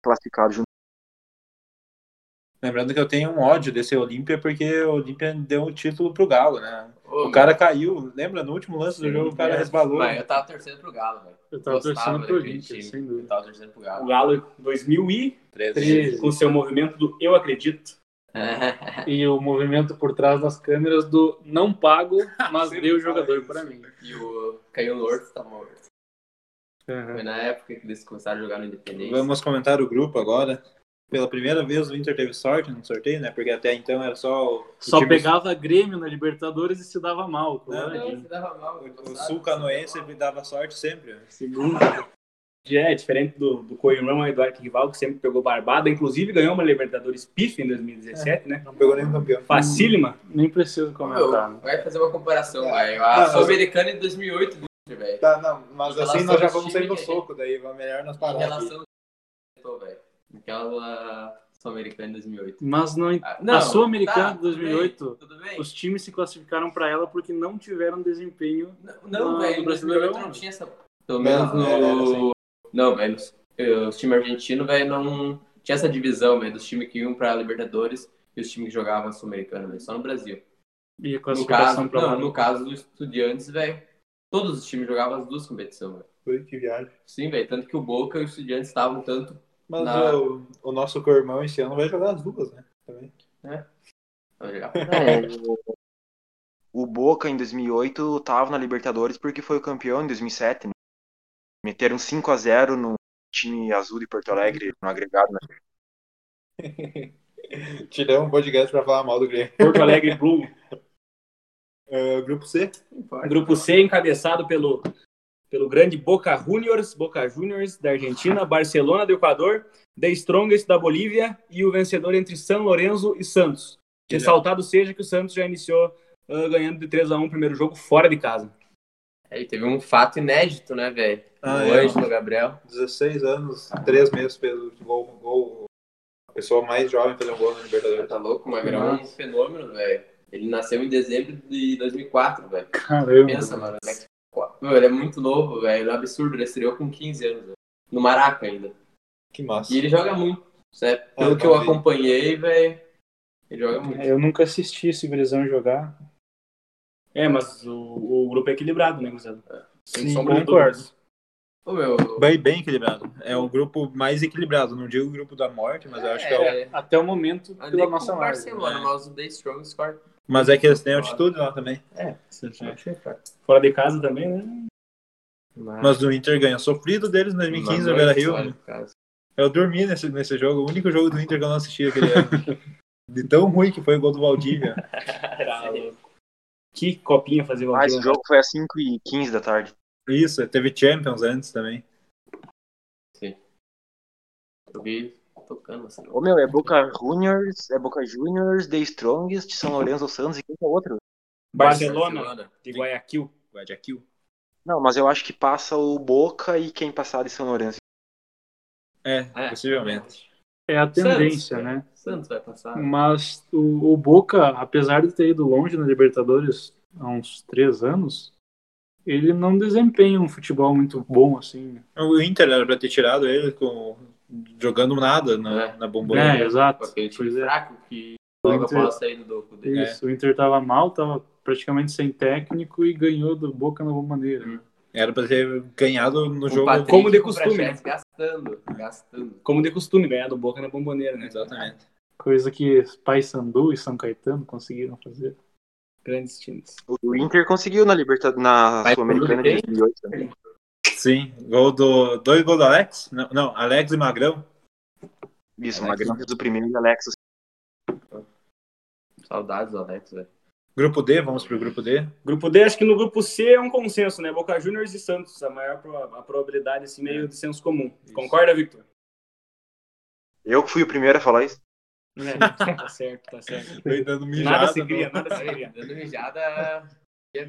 [SPEAKER 1] classificado junto.
[SPEAKER 2] Lembrando que eu tenho um ódio desse Olímpia, porque o Olímpia deu o título pro Galo, né?
[SPEAKER 4] Ô,
[SPEAKER 2] O cara caiu, lembra? No último lance do jogo, o cara
[SPEAKER 4] é,
[SPEAKER 2] resbalou.
[SPEAKER 4] mas eu tava torcendo pro Galo, velho.
[SPEAKER 3] Eu tava
[SPEAKER 4] Gostava
[SPEAKER 3] torcendo pro
[SPEAKER 4] daquele
[SPEAKER 3] Inter,
[SPEAKER 4] time.
[SPEAKER 3] sem
[SPEAKER 4] Eu
[SPEAKER 3] dúvida.
[SPEAKER 4] tava torcendo pro
[SPEAKER 5] O
[SPEAKER 4] Galo.
[SPEAKER 5] Galo 2013
[SPEAKER 2] 13.
[SPEAKER 5] com seu movimento do Eu Acredito.
[SPEAKER 3] E o movimento por trás das câmeras do não pago, mas
[SPEAKER 5] Sempre
[SPEAKER 3] deu o
[SPEAKER 5] fala
[SPEAKER 3] jogador
[SPEAKER 5] isso.
[SPEAKER 3] para mim.
[SPEAKER 4] e o Caio Lourdes tá morto.
[SPEAKER 3] Aham.
[SPEAKER 4] Foi na época que eles começaram a jogar no Independência.
[SPEAKER 2] Vamos comentar o grupo agora. Pela primeira vez o Inter teve sorte no sorteio, né? Porque até então era só o, o
[SPEAKER 3] Só
[SPEAKER 2] time-
[SPEAKER 3] pegava Grêmio na Libertadores e se dava mal. é
[SPEAKER 4] Não,
[SPEAKER 3] coleradinho.
[SPEAKER 4] se dava
[SPEAKER 2] o,
[SPEAKER 4] mal.
[SPEAKER 2] o é Sul Canoense ele dava sorte sempre.
[SPEAKER 5] Segundo. É, diferente do, do Coirama e do Arquival, que sempre pegou barbada. Inclusive ganhou uma Libertadores PIF em 2017, né?
[SPEAKER 6] Não pegou nenhum campeão.
[SPEAKER 5] Facílima.
[SPEAKER 3] Nem preciso
[SPEAKER 4] Meu,
[SPEAKER 3] comentar. né?
[SPEAKER 4] Vai fazer uma comparação,
[SPEAKER 6] É.
[SPEAKER 4] vai.
[SPEAKER 6] Não,
[SPEAKER 4] A
[SPEAKER 6] eu-
[SPEAKER 4] Sul-Americana é de 2008 do Inter, velho.
[SPEAKER 6] Tá, não, mas
[SPEAKER 4] Em
[SPEAKER 6] assim
[SPEAKER 4] relação
[SPEAKER 6] nós já
[SPEAKER 4] aos
[SPEAKER 6] vamos sair no
[SPEAKER 4] times que a gente-
[SPEAKER 6] soco, daí vai melhor nós
[SPEAKER 4] Em
[SPEAKER 6] parar. aqui.
[SPEAKER 4] relação ao velho. Aquela Sul-Americana é de 2008.
[SPEAKER 3] Mas não,
[SPEAKER 4] Ah, não,
[SPEAKER 3] Sul-Americana de
[SPEAKER 4] tudo bem,
[SPEAKER 3] 2008,
[SPEAKER 4] Tudo bem?
[SPEAKER 3] os times se classificaram para ela porque não tiveram desempenho.
[SPEAKER 4] Não,
[SPEAKER 3] Não,
[SPEAKER 4] Não, velho,
[SPEAKER 3] no
[SPEAKER 4] em
[SPEAKER 3] Brasileirão
[SPEAKER 4] 2008
[SPEAKER 3] não.
[SPEAKER 4] não tinha essa. Pelo
[SPEAKER 6] Não,
[SPEAKER 4] menos
[SPEAKER 2] é,
[SPEAKER 6] era, era assim.
[SPEAKER 4] no. Não, velho, os- eh, os times argentinos, velho, não tinha essa divisão, velho, dos times que iam pra Libertadores e os times que jogavam Sul-Americana, velho, só no Brasil.
[SPEAKER 3] E a
[SPEAKER 4] No
[SPEAKER 3] classificação
[SPEAKER 4] caso,
[SPEAKER 3] para
[SPEAKER 4] não, no caso do Estudiantes, velho, todos os times jogavam as duas competições, velho.
[SPEAKER 6] Ui, que viagem.
[SPEAKER 4] Sim, velho, tanto que o Boca e o Estudiantes estavam tanto.
[SPEAKER 6] Mas
[SPEAKER 4] Na-
[SPEAKER 6] o, o nosso cormão esse ano vai jogar as duas, né? Também.
[SPEAKER 4] Ah, já.
[SPEAKER 1] O Boca em 2008 tava na Libertadores porque foi o campeão em 2007. Né? Meteram 5 a 0 no time azul de Porto Alegre no agregado. Né?
[SPEAKER 6] Tiramos um podcast pra falar mal do Grêmio.
[SPEAKER 5] Porto Alegre Blue.
[SPEAKER 6] Ah, grupo C.
[SPEAKER 5] Grupo C encabeçado pelo, pelo grande Boca Juniors, Boca Juniors da Argentina, Barcelona do Equador, The Strongest da Bolívia e o vencedor entre São Lourenço e Santos.
[SPEAKER 2] Que
[SPEAKER 5] um Ressaltado seja que o Santos já iniciou ah, ganhando de 3 a 1 o primeiro jogo fora de casa.
[SPEAKER 4] Aí teve um fato inédito, né, velho?
[SPEAKER 2] Ah,
[SPEAKER 4] o
[SPEAKER 2] é.
[SPEAKER 4] Ângelo Gabriel.
[SPEAKER 6] 16 anos, 3 meses fez o gol, gol. A pessoa mais jovem fez um gol na Libertadores.
[SPEAKER 4] Tá louco? O Gabriel é um fenômeno, velho. Ele nasceu em dezembro de 2004, velho.
[SPEAKER 3] Caramba.
[SPEAKER 2] assim?
[SPEAKER 4] Pensa, mano. Ele é- Meu, ele é muito novo, velho. Ele é um absurdo. Ele estreou com 15 anos, velho. No Maraca ainda.
[SPEAKER 6] Que massa.
[SPEAKER 4] E ele joga muito, certo?
[SPEAKER 6] Ah,
[SPEAKER 4] Pelo
[SPEAKER 6] não
[SPEAKER 4] que eu
[SPEAKER 6] vi.
[SPEAKER 4] acompanhei, velho. Ele joga muito.
[SPEAKER 3] É, Eu nunca assisti esse Grisão jogar.
[SPEAKER 5] É, mas o, o grupo é equilibrado, né, Gustavo?
[SPEAKER 4] Sem
[SPEAKER 3] Sim,
[SPEAKER 4] sombra de
[SPEAKER 3] concordo.
[SPEAKER 4] dúvidas. Ô, meu.
[SPEAKER 2] Bem, bem equilibrado. É
[SPEAKER 6] um
[SPEAKER 2] o grupo mais equilibrado. Não digo o grupo da morte, mas eu acho que é o.
[SPEAKER 4] é,
[SPEAKER 3] Até o momento,
[SPEAKER 4] ali é
[SPEAKER 3] pela
[SPEAKER 4] com
[SPEAKER 3] nossa
[SPEAKER 4] o
[SPEAKER 3] margem.
[SPEAKER 4] Barcelona,
[SPEAKER 2] né?
[SPEAKER 4] mas o The Strong score.
[SPEAKER 2] Mas é que eles têm altitude lá também.
[SPEAKER 4] É.
[SPEAKER 5] Fora de casa também, né?
[SPEAKER 2] Mas o Inter ganha sofrido deles em 2015 no Beira
[SPEAKER 4] né?
[SPEAKER 2] Rio. Eu dormi nesse, nesse jogo, o único jogo do Inter que eu não assisti aquele ano. De tão ruim que foi o gol do Valdívia.
[SPEAKER 5] Que copinha fazer né? o
[SPEAKER 1] Ah, esse
[SPEAKER 5] Alvinegro.
[SPEAKER 1] jogo foi às 5h15 da tarde.
[SPEAKER 2] Isso, teve Champions antes também.
[SPEAKER 4] Eu vi tocando assim.
[SPEAKER 1] Ô meu, é Boca Juniors, é Boca Juniors, The Strongest, São Lourenço Santos e quem que é o outro?
[SPEAKER 5] Barcelona de Guayaquil.
[SPEAKER 2] Guayaquil.
[SPEAKER 1] Não, mas eu acho que passa o Boca e quem passar de São Lourenço.
[SPEAKER 2] É,
[SPEAKER 4] É.
[SPEAKER 2] possivelmente.
[SPEAKER 3] É a tendência,
[SPEAKER 4] Santos,
[SPEAKER 3] né?
[SPEAKER 4] Santos vai passar.
[SPEAKER 3] Hum, Mas o, o Boca, apesar de ter ido longe na Libertadores há uns três anos, ele não desempenha um futebol muito bom assim.
[SPEAKER 2] O Inter era pra ter tirado ele com... jogando nada na,
[SPEAKER 4] É.
[SPEAKER 2] na
[SPEAKER 3] É,
[SPEAKER 2] bomboneira.
[SPEAKER 3] exato.
[SPEAKER 4] Com aquele um time
[SPEAKER 3] Pois é.
[SPEAKER 4] fraco que logo a
[SPEAKER 3] Inter-
[SPEAKER 4] bola saindo do cu dele.
[SPEAKER 3] Isso, o Inter tava mal, tava praticamente sem técnico e ganhou do Boca na boa maneira.
[SPEAKER 5] É.
[SPEAKER 2] Era pra ter ganhado no
[SPEAKER 4] O
[SPEAKER 2] um jogo.
[SPEAKER 4] Patrick
[SPEAKER 5] como de
[SPEAKER 4] e o
[SPEAKER 5] costume,
[SPEAKER 2] né?
[SPEAKER 4] Praxedes Gastando, gastando.
[SPEAKER 5] Como de costume, ganhar do Boca na bomboneira, né?
[SPEAKER 2] Exatamente.
[SPEAKER 3] Coisa que Paysandu e São Caetano conseguiram fazer.
[SPEAKER 5] Grandes times.
[SPEAKER 1] O Inter conseguiu na Libertadores, na
[SPEAKER 4] Vai
[SPEAKER 1] Sul-Americana de
[SPEAKER 4] pro
[SPEAKER 1] 2008 também.
[SPEAKER 2] Sim, gol do. Dois gols do Alex? Não, não, Alex e Magrão.
[SPEAKER 1] Isso,
[SPEAKER 4] Alex.
[SPEAKER 1] Magrão fez o primeiro e Alex.
[SPEAKER 4] Saudades do Alex, velho.
[SPEAKER 2] Grupo D, vamos pro grupo D.
[SPEAKER 5] Grupo D, acho que no grupo C é um consenso, né? Boca Juniors e Santos, a maior pro- a probabilidade, assim, meio de senso comum. Concorda, Victor?
[SPEAKER 1] Eu que fui o primeiro a falar isso.
[SPEAKER 5] É, tá certo, tá certo.
[SPEAKER 2] Foi dando mijada.
[SPEAKER 5] Nada se
[SPEAKER 2] no-
[SPEAKER 5] cria, nada se cria.
[SPEAKER 4] Dando mijada.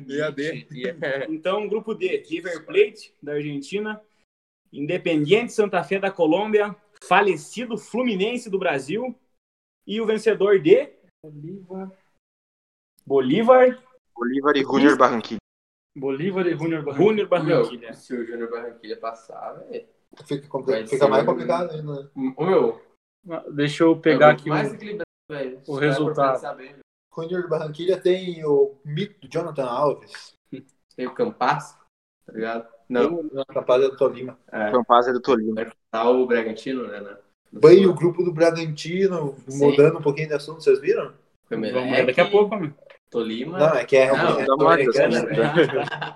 [SPEAKER 2] E a D.
[SPEAKER 4] E é a-
[SPEAKER 5] Então, grupo D, River Plate, da Argentina, Independiente Santa Fé da Colômbia, falecido Fluminense do Brasil e o vencedor de Bolívar,
[SPEAKER 1] Bolívar e Junior Barranquilla.
[SPEAKER 3] Bolívar e Junior Barranquilla.
[SPEAKER 5] Júnior
[SPEAKER 4] Meu,
[SPEAKER 5] Barranquilha.
[SPEAKER 4] se o Júnior Barranquilha passar, velho.
[SPEAKER 6] Fica,
[SPEAKER 4] Vai
[SPEAKER 6] compli-
[SPEAKER 4] ser
[SPEAKER 6] fica mais
[SPEAKER 4] um-
[SPEAKER 6] complicado ainda, né?
[SPEAKER 4] Ô, meu.
[SPEAKER 3] Deixa eu pegar aqui.
[SPEAKER 4] É mais
[SPEAKER 3] um-
[SPEAKER 4] equilibrado, velho. Se
[SPEAKER 3] o
[SPEAKER 4] for pra
[SPEAKER 3] resultado.
[SPEAKER 4] pensar bem, velho.
[SPEAKER 6] Junior Barranquilha tem o mito do Jonathan Alves,
[SPEAKER 4] Tem o Campas, tá ligado? Não,
[SPEAKER 6] rapaz do Tolima.
[SPEAKER 4] é,
[SPEAKER 1] Campaz é do Tolima.
[SPEAKER 4] tá o Bragantino, né? né?
[SPEAKER 6] Bem, o grupo do Bragantino,
[SPEAKER 4] Sim.
[SPEAKER 6] mudando um pouquinho de assunto, vocês viram?
[SPEAKER 4] Foi
[SPEAKER 5] Vamos ver daqui a pouco, amigo.
[SPEAKER 4] Tolima.
[SPEAKER 6] Não, é que é
[SPEAKER 4] Não,
[SPEAKER 6] é
[SPEAKER 1] da Mata,
[SPEAKER 6] americana,
[SPEAKER 4] sim.
[SPEAKER 6] né?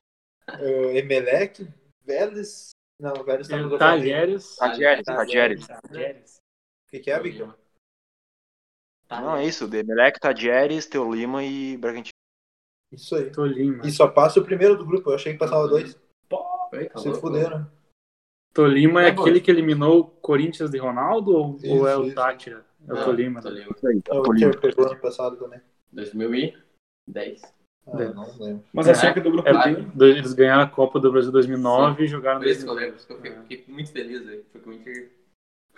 [SPEAKER 6] Uh, Emelec, Vélez. Não, o Vélez tá no outro lado.
[SPEAKER 3] Talheres.
[SPEAKER 4] Ah,
[SPEAKER 1] Tadieres, Tadieres.
[SPEAKER 6] O que, que é, Victor?
[SPEAKER 4] Ah, Tá.
[SPEAKER 1] Não, é isso. Demelec, Tadieres, Teolima e Bragantino.
[SPEAKER 6] Isso aí.
[SPEAKER 3] Tolima.
[SPEAKER 6] E só passa o primeiro do grupo. Eu achei que passava
[SPEAKER 4] Uhum.
[SPEAKER 6] dois.
[SPEAKER 4] Foi, tá
[SPEAKER 6] Se
[SPEAKER 4] louco.
[SPEAKER 6] fuderam.
[SPEAKER 3] Tolima é,
[SPEAKER 4] É bom.
[SPEAKER 3] aquele que eliminou o Corinthians de Ronaldo ou,
[SPEAKER 6] Isso,
[SPEAKER 3] ou é o
[SPEAKER 6] isso.
[SPEAKER 3] Tátira? É o
[SPEAKER 4] Não,
[SPEAKER 3] Tolima. né?
[SPEAKER 4] Tolima.
[SPEAKER 1] Isso aí,
[SPEAKER 6] É, O
[SPEAKER 1] Tolima.
[SPEAKER 6] Inter pegou ano passado também.
[SPEAKER 4] 2010.
[SPEAKER 3] Tá
[SPEAKER 6] Ah,
[SPEAKER 3] Deve.
[SPEAKER 6] não lembro.
[SPEAKER 5] Mas
[SPEAKER 4] É.
[SPEAKER 5] acerca do grupo
[SPEAKER 3] É,
[SPEAKER 5] D.
[SPEAKER 3] do- eles ganharam a Copa do Brasil 2009 e jogaram
[SPEAKER 4] Por isso que eu
[SPEAKER 3] 2010.
[SPEAKER 4] lembro, porque eu fiquei, fiquei muito feliz, velho. Foi com o Inter.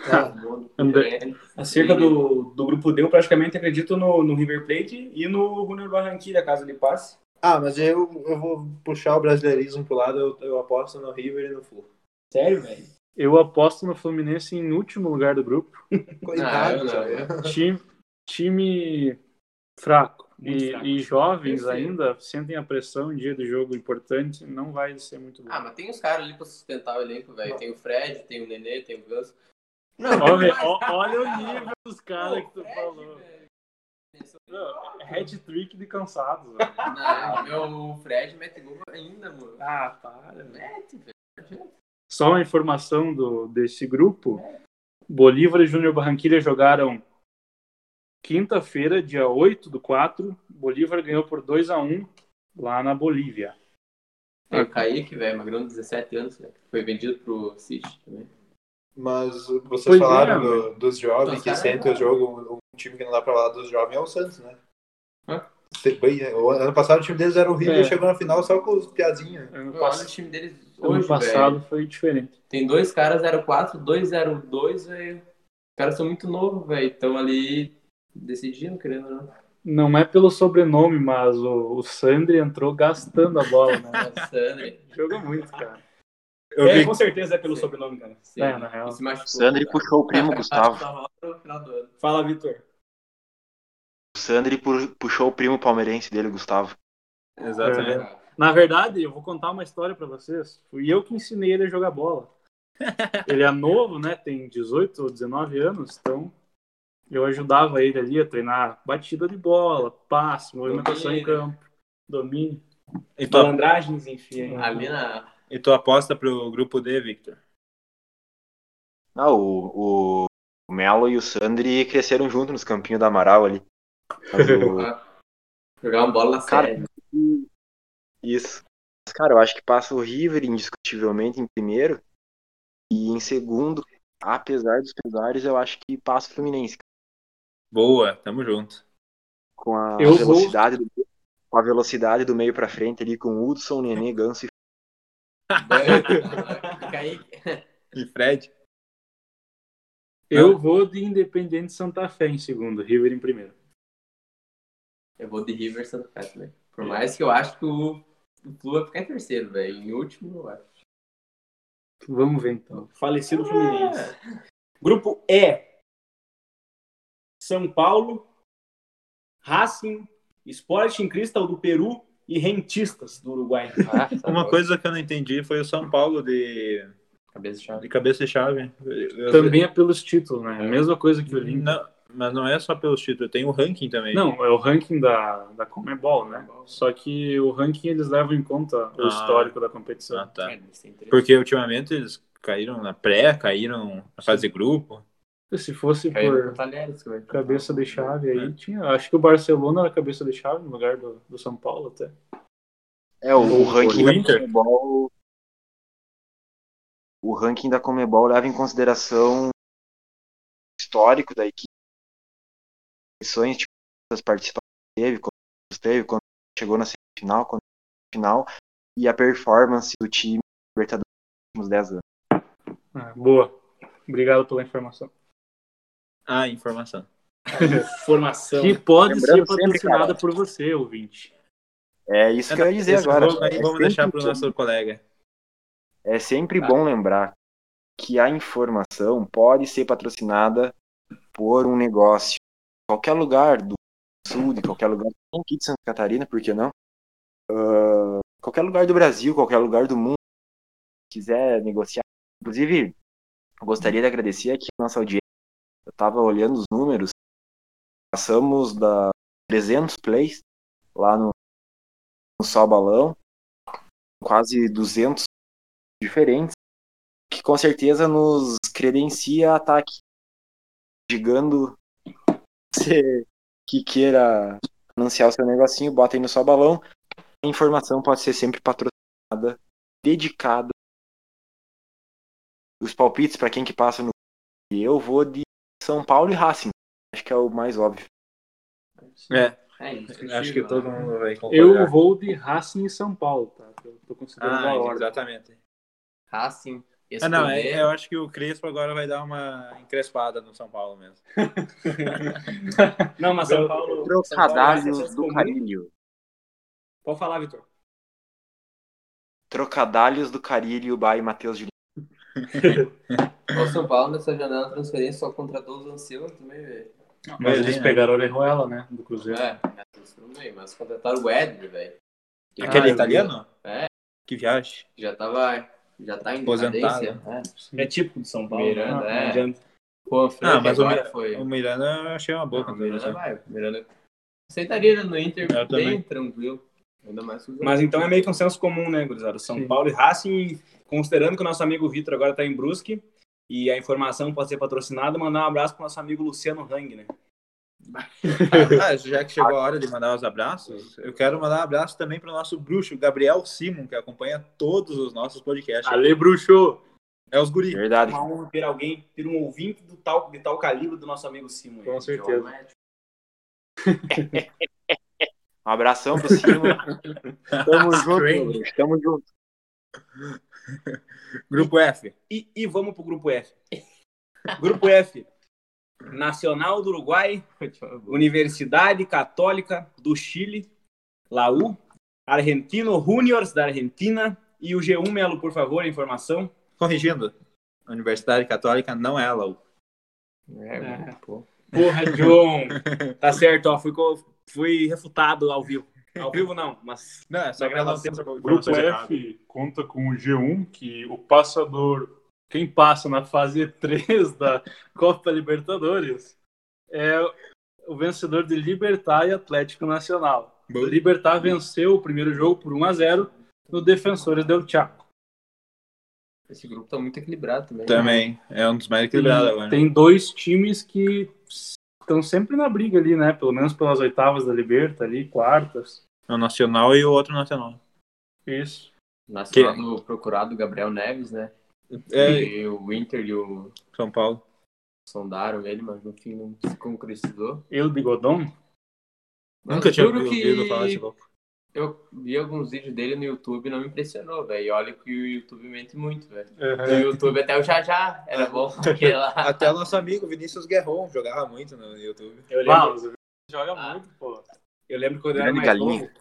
[SPEAKER 6] Ah,
[SPEAKER 3] André.
[SPEAKER 5] Acerca do, do grupo D, eu praticamente acredito no, no River Plate e no Júnior Barranquilla, caso ele passe.
[SPEAKER 6] ah, mas eu, eu vou puxar o brasileirismo pro lado. Eu, eu aposto no River e no Flu.
[SPEAKER 5] Sério, velho?
[SPEAKER 3] Eu aposto no Fluminense em último lugar do grupo.
[SPEAKER 6] Coitado,
[SPEAKER 4] Ah, eu não,
[SPEAKER 5] É,
[SPEAKER 6] velho.
[SPEAKER 3] Time, time fraco.
[SPEAKER 5] Muito
[SPEAKER 3] E,
[SPEAKER 5] fraco.
[SPEAKER 3] e jovens
[SPEAKER 4] Perfeito.
[SPEAKER 3] ainda sentem a pressão em dia de jogo importante, não vai ser muito bom.
[SPEAKER 4] Ah, mas tem uns caras ali pra sustentar o elenco, velho. Tem o Fred, tem o Nenê, tem o Ganso.
[SPEAKER 3] Ó, velho, ó- olha o nível dos caras que tu falou.
[SPEAKER 4] é
[SPEAKER 3] Hat-trick de cansados. velho.
[SPEAKER 4] Não, meu, o Fred mete gol ainda, mano.
[SPEAKER 3] ah, para.
[SPEAKER 4] Mete, velho.
[SPEAKER 3] Só uma informação do, desse grupo: Bolívar e Júnior Barranquilla jogaram quinta-feira, dia 8 do 4. Bolívar ganhou por 2 a 1 lá na Bolívia.
[SPEAKER 4] Tem o Kaique, velho, magrão de 17 anos, velho. Foi vendido pro City também.
[SPEAKER 6] Mas vocês
[SPEAKER 3] Pois é,
[SPEAKER 6] falaram
[SPEAKER 3] mano.
[SPEAKER 6] do- dos jovens
[SPEAKER 4] Os
[SPEAKER 3] Tá
[SPEAKER 6] que
[SPEAKER 4] caras-
[SPEAKER 6] um sentem o jogo. Um time que não dá pra falar dos jovens é o Santos, né?
[SPEAKER 4] Hã?
[SPEAKER 6] ser bem, né? O ano passado o time deles era horrível
[SPEAKER 3] É.
[SPEAKER 6] e chegou na final só com os piazinhos.
[SPEAKER 3] Ano,
[SPEAKER 4] Eu olho o
[SPEAKER 3] pass-
[SPEAKER 4] time deles
[SPEAKER 3] ano
[SPEAKER 4] hoje,
[SPEAKER 3] passado
[SPEAKER 4] velho.
[SPEAKER 3] foi diferente.
[SPEAKER 4] Tem dois caras 04, dois 02, velho. Os caras são muito novos, velho. Estão ali decidindo, querendo ou não.
[SPEAKER 3] Não é pelo sobrenome, mas o, o Sandri entrou gastando a bola, né?
[SPEAKER 4] É Sandri.
[SPEAKER 3] Jogou muito, cara.
[SPEAKER 2] Eu
[SPEAKER 5] é,
[SPEAKER 2] vi
[SPEAKER 5] com certeza é pelo sobrenome, cara.
[SPEAKER 4] Sim.
[SPEAKER 3] É, na real.
[SPEAKER 4] E se machucou,
[SPEAKER 1] Sandri
[SPEAKER 4] cara.
[SPEAKER 1] puxou o primo, Gustavo.
[SPEAKER 4] Só volta no final do ano.
[SPEAKER 5] Fala, Vitor.
[SPEAKER 1] O Sandri pu- puxou o primo palmeirense dele, Gustavo.
[SPEAKER 2] Exatamente.
[SPEAKER 3] Na verdade, eu vou contar uma história pra vocês. Fui eu que ensinei ele a jogar bola. Ele é novo, né? Tem 18 ou 19 anos, então eu ajudava ele ali a treinar batida de bola, passe, movimentação em
[SPEAKER 4] Domínio.
[SPEAKER 3] campo, domínio.
[SPEAKER 2] É. E, tu,
[SPEAKER 5] Malandragens, enfim. é. hein?
[SPEAKER 4] Ali na.
[SPEAKER 2] e tu aposta pro grupo D, Victor?
[SPEAKER 1] Não, o, o, o Melo e o Sandri cresceram junto nos campinhos da Amaral ali. Mas o-
[SPEAKER 4] Jogar uma bola na
[SPEAKER 1] Cara,
[SPEAKER 4] série.
[SPEAKER 1] Isso. Mas, cara, eu acho que passa o River indiscutivelmente em primeiro. E em segundo, apesar dos pesares, eu acho que passa o Fluminense.
[SPEAKER 2] Boa, tamo junto.
[SPEAKER 1] Com a
[SPEAKER 3] Eu vou-
[SPEAKER 1] velocidade do com a velocidade do meio pra frente ali com Hudson, Nenê, Ganso e
[SPEAKER 4] Kaique.
[SPEAKER 2] E Fred?
[SPEAKER 3] Eu vou de Independente Santa Fé em segundo, River em primeiro.
[SPEAKER 4] Eu vou de River Santa Fé também. Por mais que eu acho que o, o Flu vai ficar em terceiro, velho. Em último, eu acho.
[SPEAKER 3] Vamos ver então.
[SPEAKER 4] Ah.
[SPEAKER 5] Falecido Fluminense. Grupo E. São Paulo, Racing, Sporting Cristal do Peru e Rentistas do Uruguai.
[SPEAKER 4] Ah, tá
[SPEAKER 2] Uma coisa que eu não entendi foi o São Paulo de,
[SPEAKER 4] Cabeça chave.
[SPEAKER 2] de cabeça e chave. Eu- eu-
[SPEAKER 3] Também é pelos títulos, né? A mesma coisa que o Link.
[SPEAKER 2] Não, mas não é só pelos títulos, tem o ranking também.
[SPEAKER 3] Não, é o ranking da, da Comebol, né? Só que o ranking eles levam em conta o
[SPEAKER 2] Ah.
[SPEAKER 3] histórico da
[SPEAKER 2] Ah,
[SPEAKER 3] competição.
[SPEAKER 2] tá.
[SPEAKER 4] Porque...
[SPEAKER 2] Porque ultimamente eles caíram na pré, caíram na fase de grupo.
[SPEAKER 3] Se fosse
[SPEAKER 4] Caiu
[SPEAKER 3] por
[SPEAKER 4] Talheres, que vai-
[SPEAKER 3] cabeça de chave aí, tinha. Acho que o Barcelona era cabeça de chave no lugar do, do São Paulo até.
[SPEAKER 1] É, o, o ranking
[SPEAKER 2] o
[SPEAKER 1] da
[SPEAKER 2] Inter.
[SPEAKER 1] Comebol. O ranking da Comebol leva em consideração o histórico da equipe. Missões, tipo, as participações que teve, quando teve, quando chegou na semifinal, quando chegou na final, e a performance do time na Libertadores nos últimos 10 anos.
[SPEAKER 3] Ah, boa. Obrigado pela informação.
[SPEAKER 2] Ah, informação.
[SPEAKER 5] Formação.
[SPEAKER 3] Que pode
[SPEAKER 1] Lembrando
[SPEAKER 3] ser patrocinada
[SPEAKER 1] sempre, cara.
[SPEAKER 3] por você, ouvinte.
[SPEAKER 1] É isso que eu ia dizer
[SPEAKER 2] Esse
[SPEAKER 1] agora.
[SPEAKER 2] jogo aí
[SPEAKER 1] É
[SPEAKER 2] vamos deixar
[SPEAKER 1] sempre
[SPEAKER 2] pro
[SPEAKER 1] que-
[SPEAKER 2] nosso colega.
[SPEAKER 1] É sempre bom lembrar que a informação pode ser patrocinada por um negócio de qualquer lugar do sul, de qualquer lugar aqui de Santa Catarina, por que não? Ah, qualquer lugar do Brasil, qualquer lugar do mundo que quiser negociar. Inclusive, eu gostaria de agradecer aqui a nossa audiência. Eu estava olhando os números. Passamos da 300 plays lá no, no Sol Balão, quase 200 diferentes, que com certeza nos credencia a estar aqui digando você que queira anunciar o seu negocinho, bota aí no seu balão. A informação pode ser sempre patrocinada, dedicada. Os palpites para quem que passa no e eu vou de São Paulo e Racing. Acho que é o mais óbvio.
[SPEAKER 2] É,
[SPEAKER 4] É, indiscutível,
[SPEAKER 2] acho que
[SPEAKER 4] né?
[SPEAKER 2] todo mundo vai
[SPEAKER 3] Eu
[SPEAKER 2] concordar.
[SPEAKER 3] vou de Racing em São Paulo, tá? Eu tô considerando a
[SPEAKER 2] Ah,
[SPEAKER 3] ordem.
[SPEAKER 2] exatamente.
[SPEAKER 4] Racing.
[SPEAKER 2] Ah, não, é-
[SPEAKER 4] Esconder.
[SPEAKER 2] eu acho que o Crespo agora vai dar uma encrespada no São Paulo mesmo.
[SPEAKER 5] Não, mas São Paulo. São Paulo é vai ser
[SPEAKER 1] Trocadalhos
[SPEAKER 5] senso
[SPEAKER 1] do
[SPEAKER 5] comum.
[SPEAKER 1] Carilho.
[SPEAKER 5] Pode falar, Vitor.
[SPEAKER 1] Trocadalhos do Carilho by Matheus de
[SPEAKER 2] é-
[SPEAKER 4] O São Paulo nessa janela de transferência só contratou os Anselmo também, velho.
[SPEAKER 3] Mas
[SPEAKER 2] Mas,
[SPEAKER 3] eles
[SPEAKER 2] né?
[SPEAKER 3] pegaram a Orejuela, né? Do Cruzeiro.
[SPEAKER 4] É, tudo bem, mas contrataram o Edler, velho. Que
[SPEAKER 2] Ah, Aquele
[SPEAKER 4] já-
[SPEAKER 2] italiano?
[SPEAKER 4] É.
[SPEAKER 2] Que viagem.
[SPEAKER 4] Já tava. Já tá em
[SPEAKER 2] Aposentado.
[SPEAKER 4] decadência. né?
[SPEAKER 5] É típico de São Paulo.
[SPEAKER 4] Miranda,
[SPEAKER 5] né?
[SPEAKER 4] é.
[SPEAKER 5] Não adianta.
[SPEAKER 4] Pô, Fred,
[SPEAKER 2] Ah, mas o
[SPEAKER 4] agora
[SPEAKER 2] Mira-
[SPEAKER 4] foi.
[SPEAKER 2] O Miranda eu achei uma
[SPEAKER 3] Ah,
[SPEAKER 2] boa
[SPEAKER 4] Não, o Miranda
[SPEAKER 2] contratação.
[SPEAKER 4] vai. o Miranda aceitaria ele no Inter
[SPEAKER 2] Eu
[SPEAKER 4] bem
[SPEAKER 2] também.
[SPEAKER 4] tranquilo. Ainda mais que o Zé.
[SPEAKER 5] Mas então é meio que um senso comum, né, gurizada? São
[SPEAKER 3] Sim.
[SPEAKER 5] Paulo e Racing, considerando que o nosso amigo Vitor agora tá em Brusque e a informação pode ser patrocinada, mandar um abraço pro nosso amigo Luciano Hang, né?
[SPEAKER 2] Ah, já que chegou a hora de mandar os abraços, eu quero mandar um abraço também para o nosso bruxo, Gabriel Simon, que acompanha todos os nossos podcasts.
[SPEAKER 3] Ale Bruxo!
[SPEAKER 2] É os guri.
[SPEAKER 1] Verdade.
[SPEAKER 5] Uma honra ter alguém, ter um ouvinte do tal, de tal calibre do nosso amigo Simon.
[SPEAKER 3] Com
[SPEAKER 4] João
[SPEAKER 3] certeza.
[SPEAKER 4] Médio.
[SPEAKER 1] Um abração pro Simo. Tamo junto, meu bruxo. Tamo junto.
[SPEAKER 2] Grupo F.
[SPEAKER 5] E, e vamos pro grupo F. Grupo F. Nacional do Uruguai,
[SPEAKER 3] É,
[SPEAKER 5] Universidade Católica do Chile, Laú, Argentino Juniors da Argentina e o G1 Melo, por favor, a informação.
[SPEAKER 2] Corrigindo. A Universidade Católica não é a Laú.
[SPEAKER 4] É, mano, pô.
[SPEAKER 5] Porra, John! Tá certo, ó. Fui, co- fui refutado ao vivo. Ao vivo não, mas
[SPEAKER 2] Não, é
[SPEAKER 5] só pra ela ter-
[SPEAKER 3] Grupo F Tá conta com o G1, que o passador, quem passa na fase 3 da Copa Libertadores, é o vencedor de Libertar e Atlético Nacional. O Libertar venceu o primeiro jogo por 1 a 0 no Defensores del Chaco.
[SPEAKER 4] Esse grupo tá muito equilibrado também.
[SPEAKER 2] Também. É um dos mais equilibrados agora.
[SPEAKER 3] Tem dois times que estão sempre na briga ali, né? Pelo menos pelas oitavas da Liberta ali, quartas.
[SPEAKER 2] É um nacional e o outro nacional.
[SPEAKER 3] Isso.
[SPEAKER 4] Nacional do procurado Gabriel Neves, né?
[SPEAKER 2] É,
[SPEAKER 4] E o Inter e o
[SPEAKER 2] São Paulo.
[SPEAKER 4] sondaram ele, mas no fim não se concretizou.
[SPEAKER 3] Eu, Bigodon?
[SPEAKER 4] Mas
[SPEAKER 2] Nunca tinha
[SPEAKER 4] juro
[SPEAKER 2] ouvido
[SPEAKER 4] que
[SPEAKER 2] falar desse golpe.
[SPEAKER 4] Eu vi alguns vídeos dele no YouTube e não me impressionou, velho. E olha que o YouTube mente muito, velho.
[SPEAKER 3] É.
[SPEAKER 4] No YouTube até o já já era bom, porque lá.
[SPEAKER 7] Até o nosso amigo Vinícius Guerron jogava muito no YouTube.
[SPEAKER 5] eu lembro,
[SPEAKER 3] Vamos, é joga
[SPEAKER 4] Ah.
[SPEAKER 3] muito, pô.
[SPEAKER 5] eu lembro quando eu era
[SPEAKER 1] Grande
[SPEAKER 5] mais
[SPEAKER 1] galinha.
[SPEAKER 5] novo,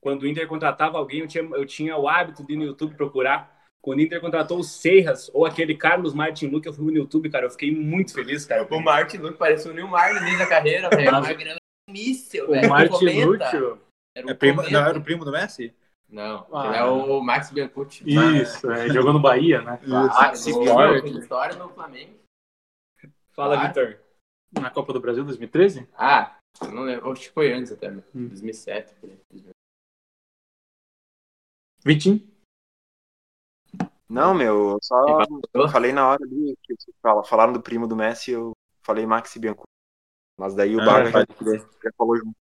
[SPEAKER 5] quando o Inter contratava alguém, eu tinha, eu tinha o hábito de ir no YouTube procurar. Quando o Inter contratou o Serras ou aquele Carlos Martin Luque, eu fui no YouTube, cara. Eu fiquei muito feliz, cara.
[SPEAKER 4] O Martin Luke parecia o Neymar no início da carreira, velho. O Martin era um míssil, velho.
[SPEAKER 3] O
[SPEAKER 4] Um
[SPEAKER 3] Martin
[SPEAKER 4] cometa.
[SPEAKER 3] Lúcio.
[SPEAKER 4] Era um
[SPEAKER 2] É primo,
[SPEAKER 4] cometa.
[SPEAKER 2] não era o primo do Messi?
[SPEAKER 4] Não,
[SPEAKER 3] Ah.
[SPEAKER 4] é o Max Biancucci.
[SPEAKER 3] Isso, é, jogou no Bahia, né?
[SPEAKER 4] Max
[SPEAKER 1] Isso.
[SPEAKER 4] História no Flamengo.
[SPEAKER 5] Fala,
[SPEAKER 4] Ah.
[SPEAKER 5] Vitor.
[SPEAKER 3] Na Copa do Brasil 2013?
[SPEAKER 4] Ah, eu não lembro. Acho que foi antes até, né?
[SPEAKER 3] Hum.
[SPEAKER 4] 2007. por aí. 2008.
[SPEAKER 3] Vitinho.
[SPEAKER 1] Não, meu, eu só
[SPEAKER 4] Valeu.
[SPEAKER 1] falei na hora ali que vocês fala- falaram do primo do Messi, eu falei Maxi Bianco. Mas daí o
[SPEAKER 2] Ah,
[SPEAKER 1] Barba já,
[SPEAKER 2] pode crer.
[SPEAKER 1] já falou junto.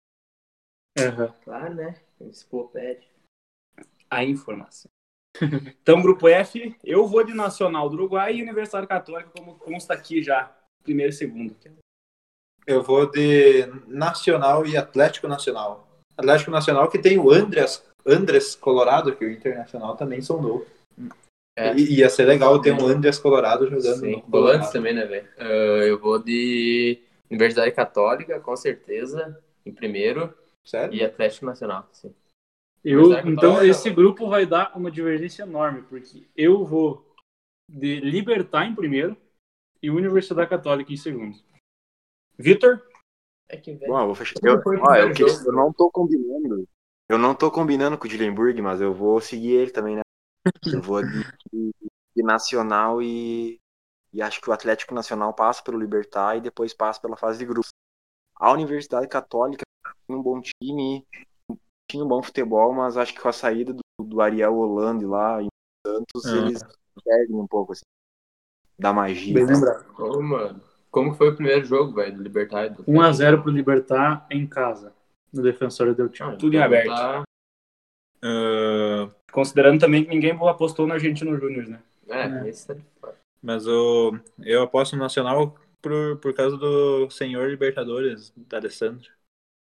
[SPEAKER 4] Claro, né? Enciclopédia.
[SPEAKER 5] A informação. Então, grupo F, eu vou de Nacional do Uruguai e Universidade Católica, como consta aqui já. Primeiro e segundo.
[SPEAKER 7] Eu vou de Nacional e Atlético Nacional. Atlético Nacional que tem o Andres, Andres Colorado, que o Internacional também sondou.
[SPEAKER 4] É.
[SPEAKER 7] E ia ser legal ter um Andres Colorado jogando
[SPEAKER 4] Sim,
[SPEAKER 7] no
[SPEAKER 4] volantes
[SPEAKER 7] Colorado.
[SPEAKER 4] também, né, velho? Ah, eu vou de Universidade Católica, com certeza, em primeiro,
[SPEAKER 7] Sério?
[SPEAKER 4] e Atlético Nacional, sim.
[SPEAKER 3] Eu,
[SPEAKER 4] Pois é,
[SPEAKER 3] então,
[SPEAKER 4] Vitória.
[SPEAKER 3] esse grupo vai dar uma divergência enorme, porque eu vou de Libertar em primeiro e Universidade Católica em segundo.
[SPEAKER 5] Vitor?
[SPEAKER 4] É que, velho,
[SPEAKER 1] Bom, eu vou fechar. Eu,
[SPEAKER 4] Foi o
[SPEAKER 1] ó, eu,
[SPEAKER 4] primeiro
[SPEAKER 1] queria-
[SPEAKER 4] jogo.
[SPEAKER 1] eu não tô combinando. Eu não tô combinando com o Dillenburg, mas eu vou seguir ele também, né? Eu vou de, de- de Nacional e, e acho que o Atlético Nacional passa pelo Libertar e depois passa pela fase de grupos. A Universidade Católica tem um bom time, tinha um bom futebol, mas acho que com a saída do, do Ariel Holanda lá em Santos,
[SPEAKER 2] Ah.
[SPEAKER 1] eles perdem um pouco assim, da magia.
[SPEAKER 7] Bem lembrado.
[SPEAKER 4] como, mano? Como que foi o primeiro jogo, velho, do Libertar? e Do...
[SPEAKER 3] 1x0 pro Libertar em casa, no Defensor del Tchau.
[SPEAKER 4] Ah,
[SPEAKER 5] tudo em
[SPEAKER 4] então
[SPEAKER 5] aberto.
[SPEAKER 4] tá-
[SPEAKER 2] Ah,
[SPEAKER 5] Considerando também que ninguém apostou no Argentino Júnior, né?
[SPEAKER 4] É, esse tá de fora.
[SPEAKER 2] mas o, eu aposto no Nacional por, por causa do senhor Libertadores, da Alessandro.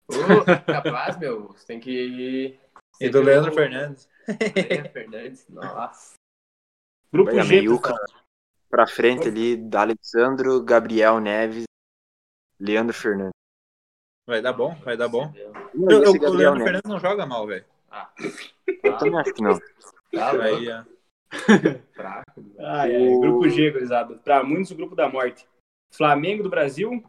[SPEAKER 4] Ô, capaz, meu, você tem que.
[SPEAKER 2] E do Leandro Fernandes.
[SPEAKER 4] Leandro Fernandes, nossa.
[SPEAKER 5] Grupo
[SPEAKER 1] Pega a
[SPEAKER 5] G,
[SPEAKER 1] meiuca pra frente ali, da Alessandro, Gabriel Neves, Leandro Fernandes.
[SPEAKER 2] Vai dar bom, vai dar Tá bom. Eu,
[SPEAKER 1] Eu,
[SPEAKER 2] eu,
[SPEAKER 1] esse
[SPEAKER 2] o
[SPEAKER 1] Gabriel
[SPEAKER 2] Leandro
[SPEAKER 1] Neves,
[SPEAKER 2] Fernandes não joga mal, velho.
[SPEAKER 1] eu também acho que não.
[SPEAKER 4] Tá
[SPEAKER 7] Ah,
[SPEAKER 4] louco,
[SPEAKER 2] Aí, ó.
[SPEAKER 4] fraco. velho.
[SPEAKER 5] Ai, ai, Ah, é, Grupo G, gurizada. Pra muitos, o grupo da morte. Flamengo do Brasil,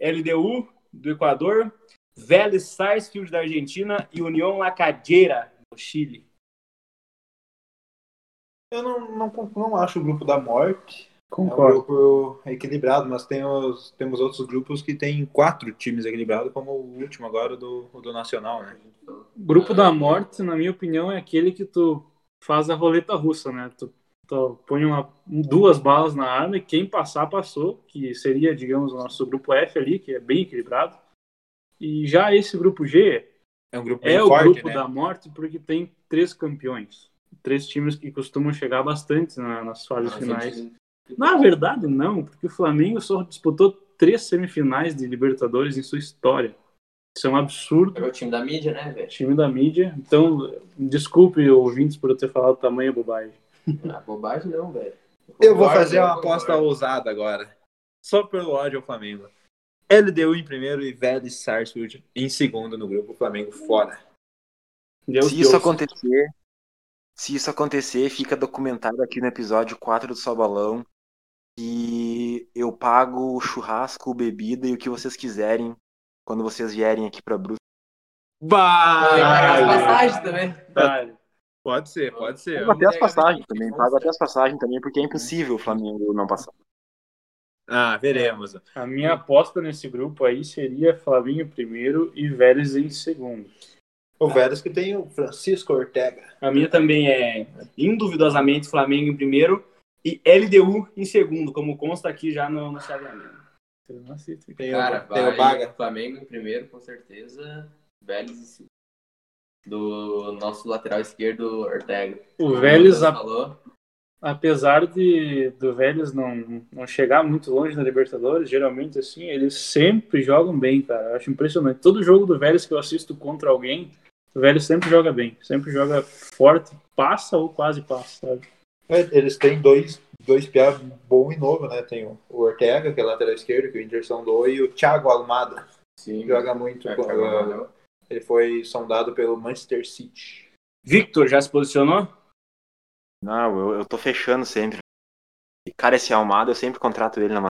[SPEAKER 5] LDU do Equador, Vélez Sarsfield da Argentina e União Lacadeira do Chile.
[SPEAKER 7] Eu não, não, não acho o grupo da morte. É
[SPEAKER 3] Concordo.
[SPEAKER 7] um grupo equilibrado, mas tem os, temos outros grupos que tem quatro times equilibrados, como o último agora, o do, o do Nacional, né?
[SPEAKER 3] Grupo da Morte, na minha opinião, é aquele que tu faz a roleta russa, né? Tu, tu põe uma, duas balas na arma e quem passar, passou, que seria, digamos, o nosso grupo F ali, que é bem equilibrado. E já esse grupo G,
[SPEAKER 2] É um grupo
[SPEAKER 3] é
[SPEAKER 2] bem
[SPEAKER 3] o
[SPEAKER 2] forte,
[SPEAKER 3] grupo
[SPEAKER 2] né?
[SPEAKER 3] da morte porque tem três campeões. Três times que costumam chegar bastante na- nas
[SPEAKER 4] Ah,
[SPEAKER 3] fases finais.
[SPEAKER 4] Argentina.
[SPEAKER 3] Na verdade, não, porque o Flamengo só disputou três semifinais de Libertadores em sua história. Isso é um absurdo.
[SPEAKER 4] É o time da mídia, né, velho?
[SPEAKER 3] Time da mídia. Então, desculpe, ouvintes, por eu ter falado tamanha bobagem.
[SPEAKER 4] Ah, bobagem não, velho.
[SPEAKER 7] Eu vou fazer uma
[SPEAKER 4] Concordo,
[SPEAKER 7] aposta
[SPEAKER 4] concordo.
[SPEAKER 7] ousada agora.
[SPEAKER 2] Só pelo ódio ao Flamengo. LDU em primeiro e Vélez Sarsfield em segundo no grupo. Flamengo fora.
[SPEAKER 3] Deus
[SPEAKER 1] se isso
[SPEAKER 3] Deus.
[SPEAKER 1] acontecer, se isso acontecer, fica documentado aqui no episódio 4 do Só Balão que eu pago o churrasco, bebida e o que vocês quiserem quando vocês vierem aqui pra Brusque.
[SPEAKER 4] Ah, Tem que
[SPEAKER 2] Bah!
[SPEAKER 4] pagar as passagens também.
[SPEAKER 3] Vale.
[SPEAKER 2] Pode ser, pode ser.
[SPEAKER 4] Uma
[SPEAKER 1] Pago até as passagens também, pago até as passagens também, porque é impossível o Flamengo não passar.
[SPEAKER 2] Ah, veremos.
[SPEAKER 3] A minha aposta nesse grupo aí seria Flavinho em primeiro e Vélez em segundo.
[SPEAKER 7] O Vélez que tem o Francisco Ortega.
[SPEAKER 5] A minha também é, induvidosamente, Flamengo em primeiro e LDU em segundo, como consta aqui já no, no chaveamento.
[SPEAKER 3] Eu não aceito.
[SPEAKER 7] Tem,
[SPEAKER 4] Cara,
[SPEAKER 7] o, tem o
[SPEAKER 4] vai
[SPEAKER 7] Baga.
[SPEAKER 4] Flamengo em primeiro, com certeza. Vélez em segundo. Do nosso lateral esquerdo, Ortega.
[SPEAKER 3] O Vélez, a-
[SPEAKER 4] falou.
[SPEAKER 3] apesar de do Vélez não, não chegar muito longe na Libertadores, geralmente assim, eles sempre jogam bem, cara. Eu acho impressionante. Todo jogo do Vélez que eu assisto contra alguém, o Vélez sempre joga bem, sempre joga forte, passa ou quase passa, sabe?
[SPEAKER 7] É, Eles têm dois, dois piá bom e novo, né? Tem o o Ortega, que é lateral esquerdo, que o Anderson doou, e o Thiago Almada,
[SPEAKER 4] Sim.
[SPEAKER 7] que joga muito.
[SPEAKER 4] Thiago
[SPEAKER 7] com-
[SPEAKER 4] Almada.
[SPEAKER 7] ele foi sondado pelo Manchester City.
[SPEAKER 5] Victor já se posicionou?
[SPEAKER 1] Não, eu, eu tô fechando sempre. E cara, esse Almada, eu sempre contrato ele na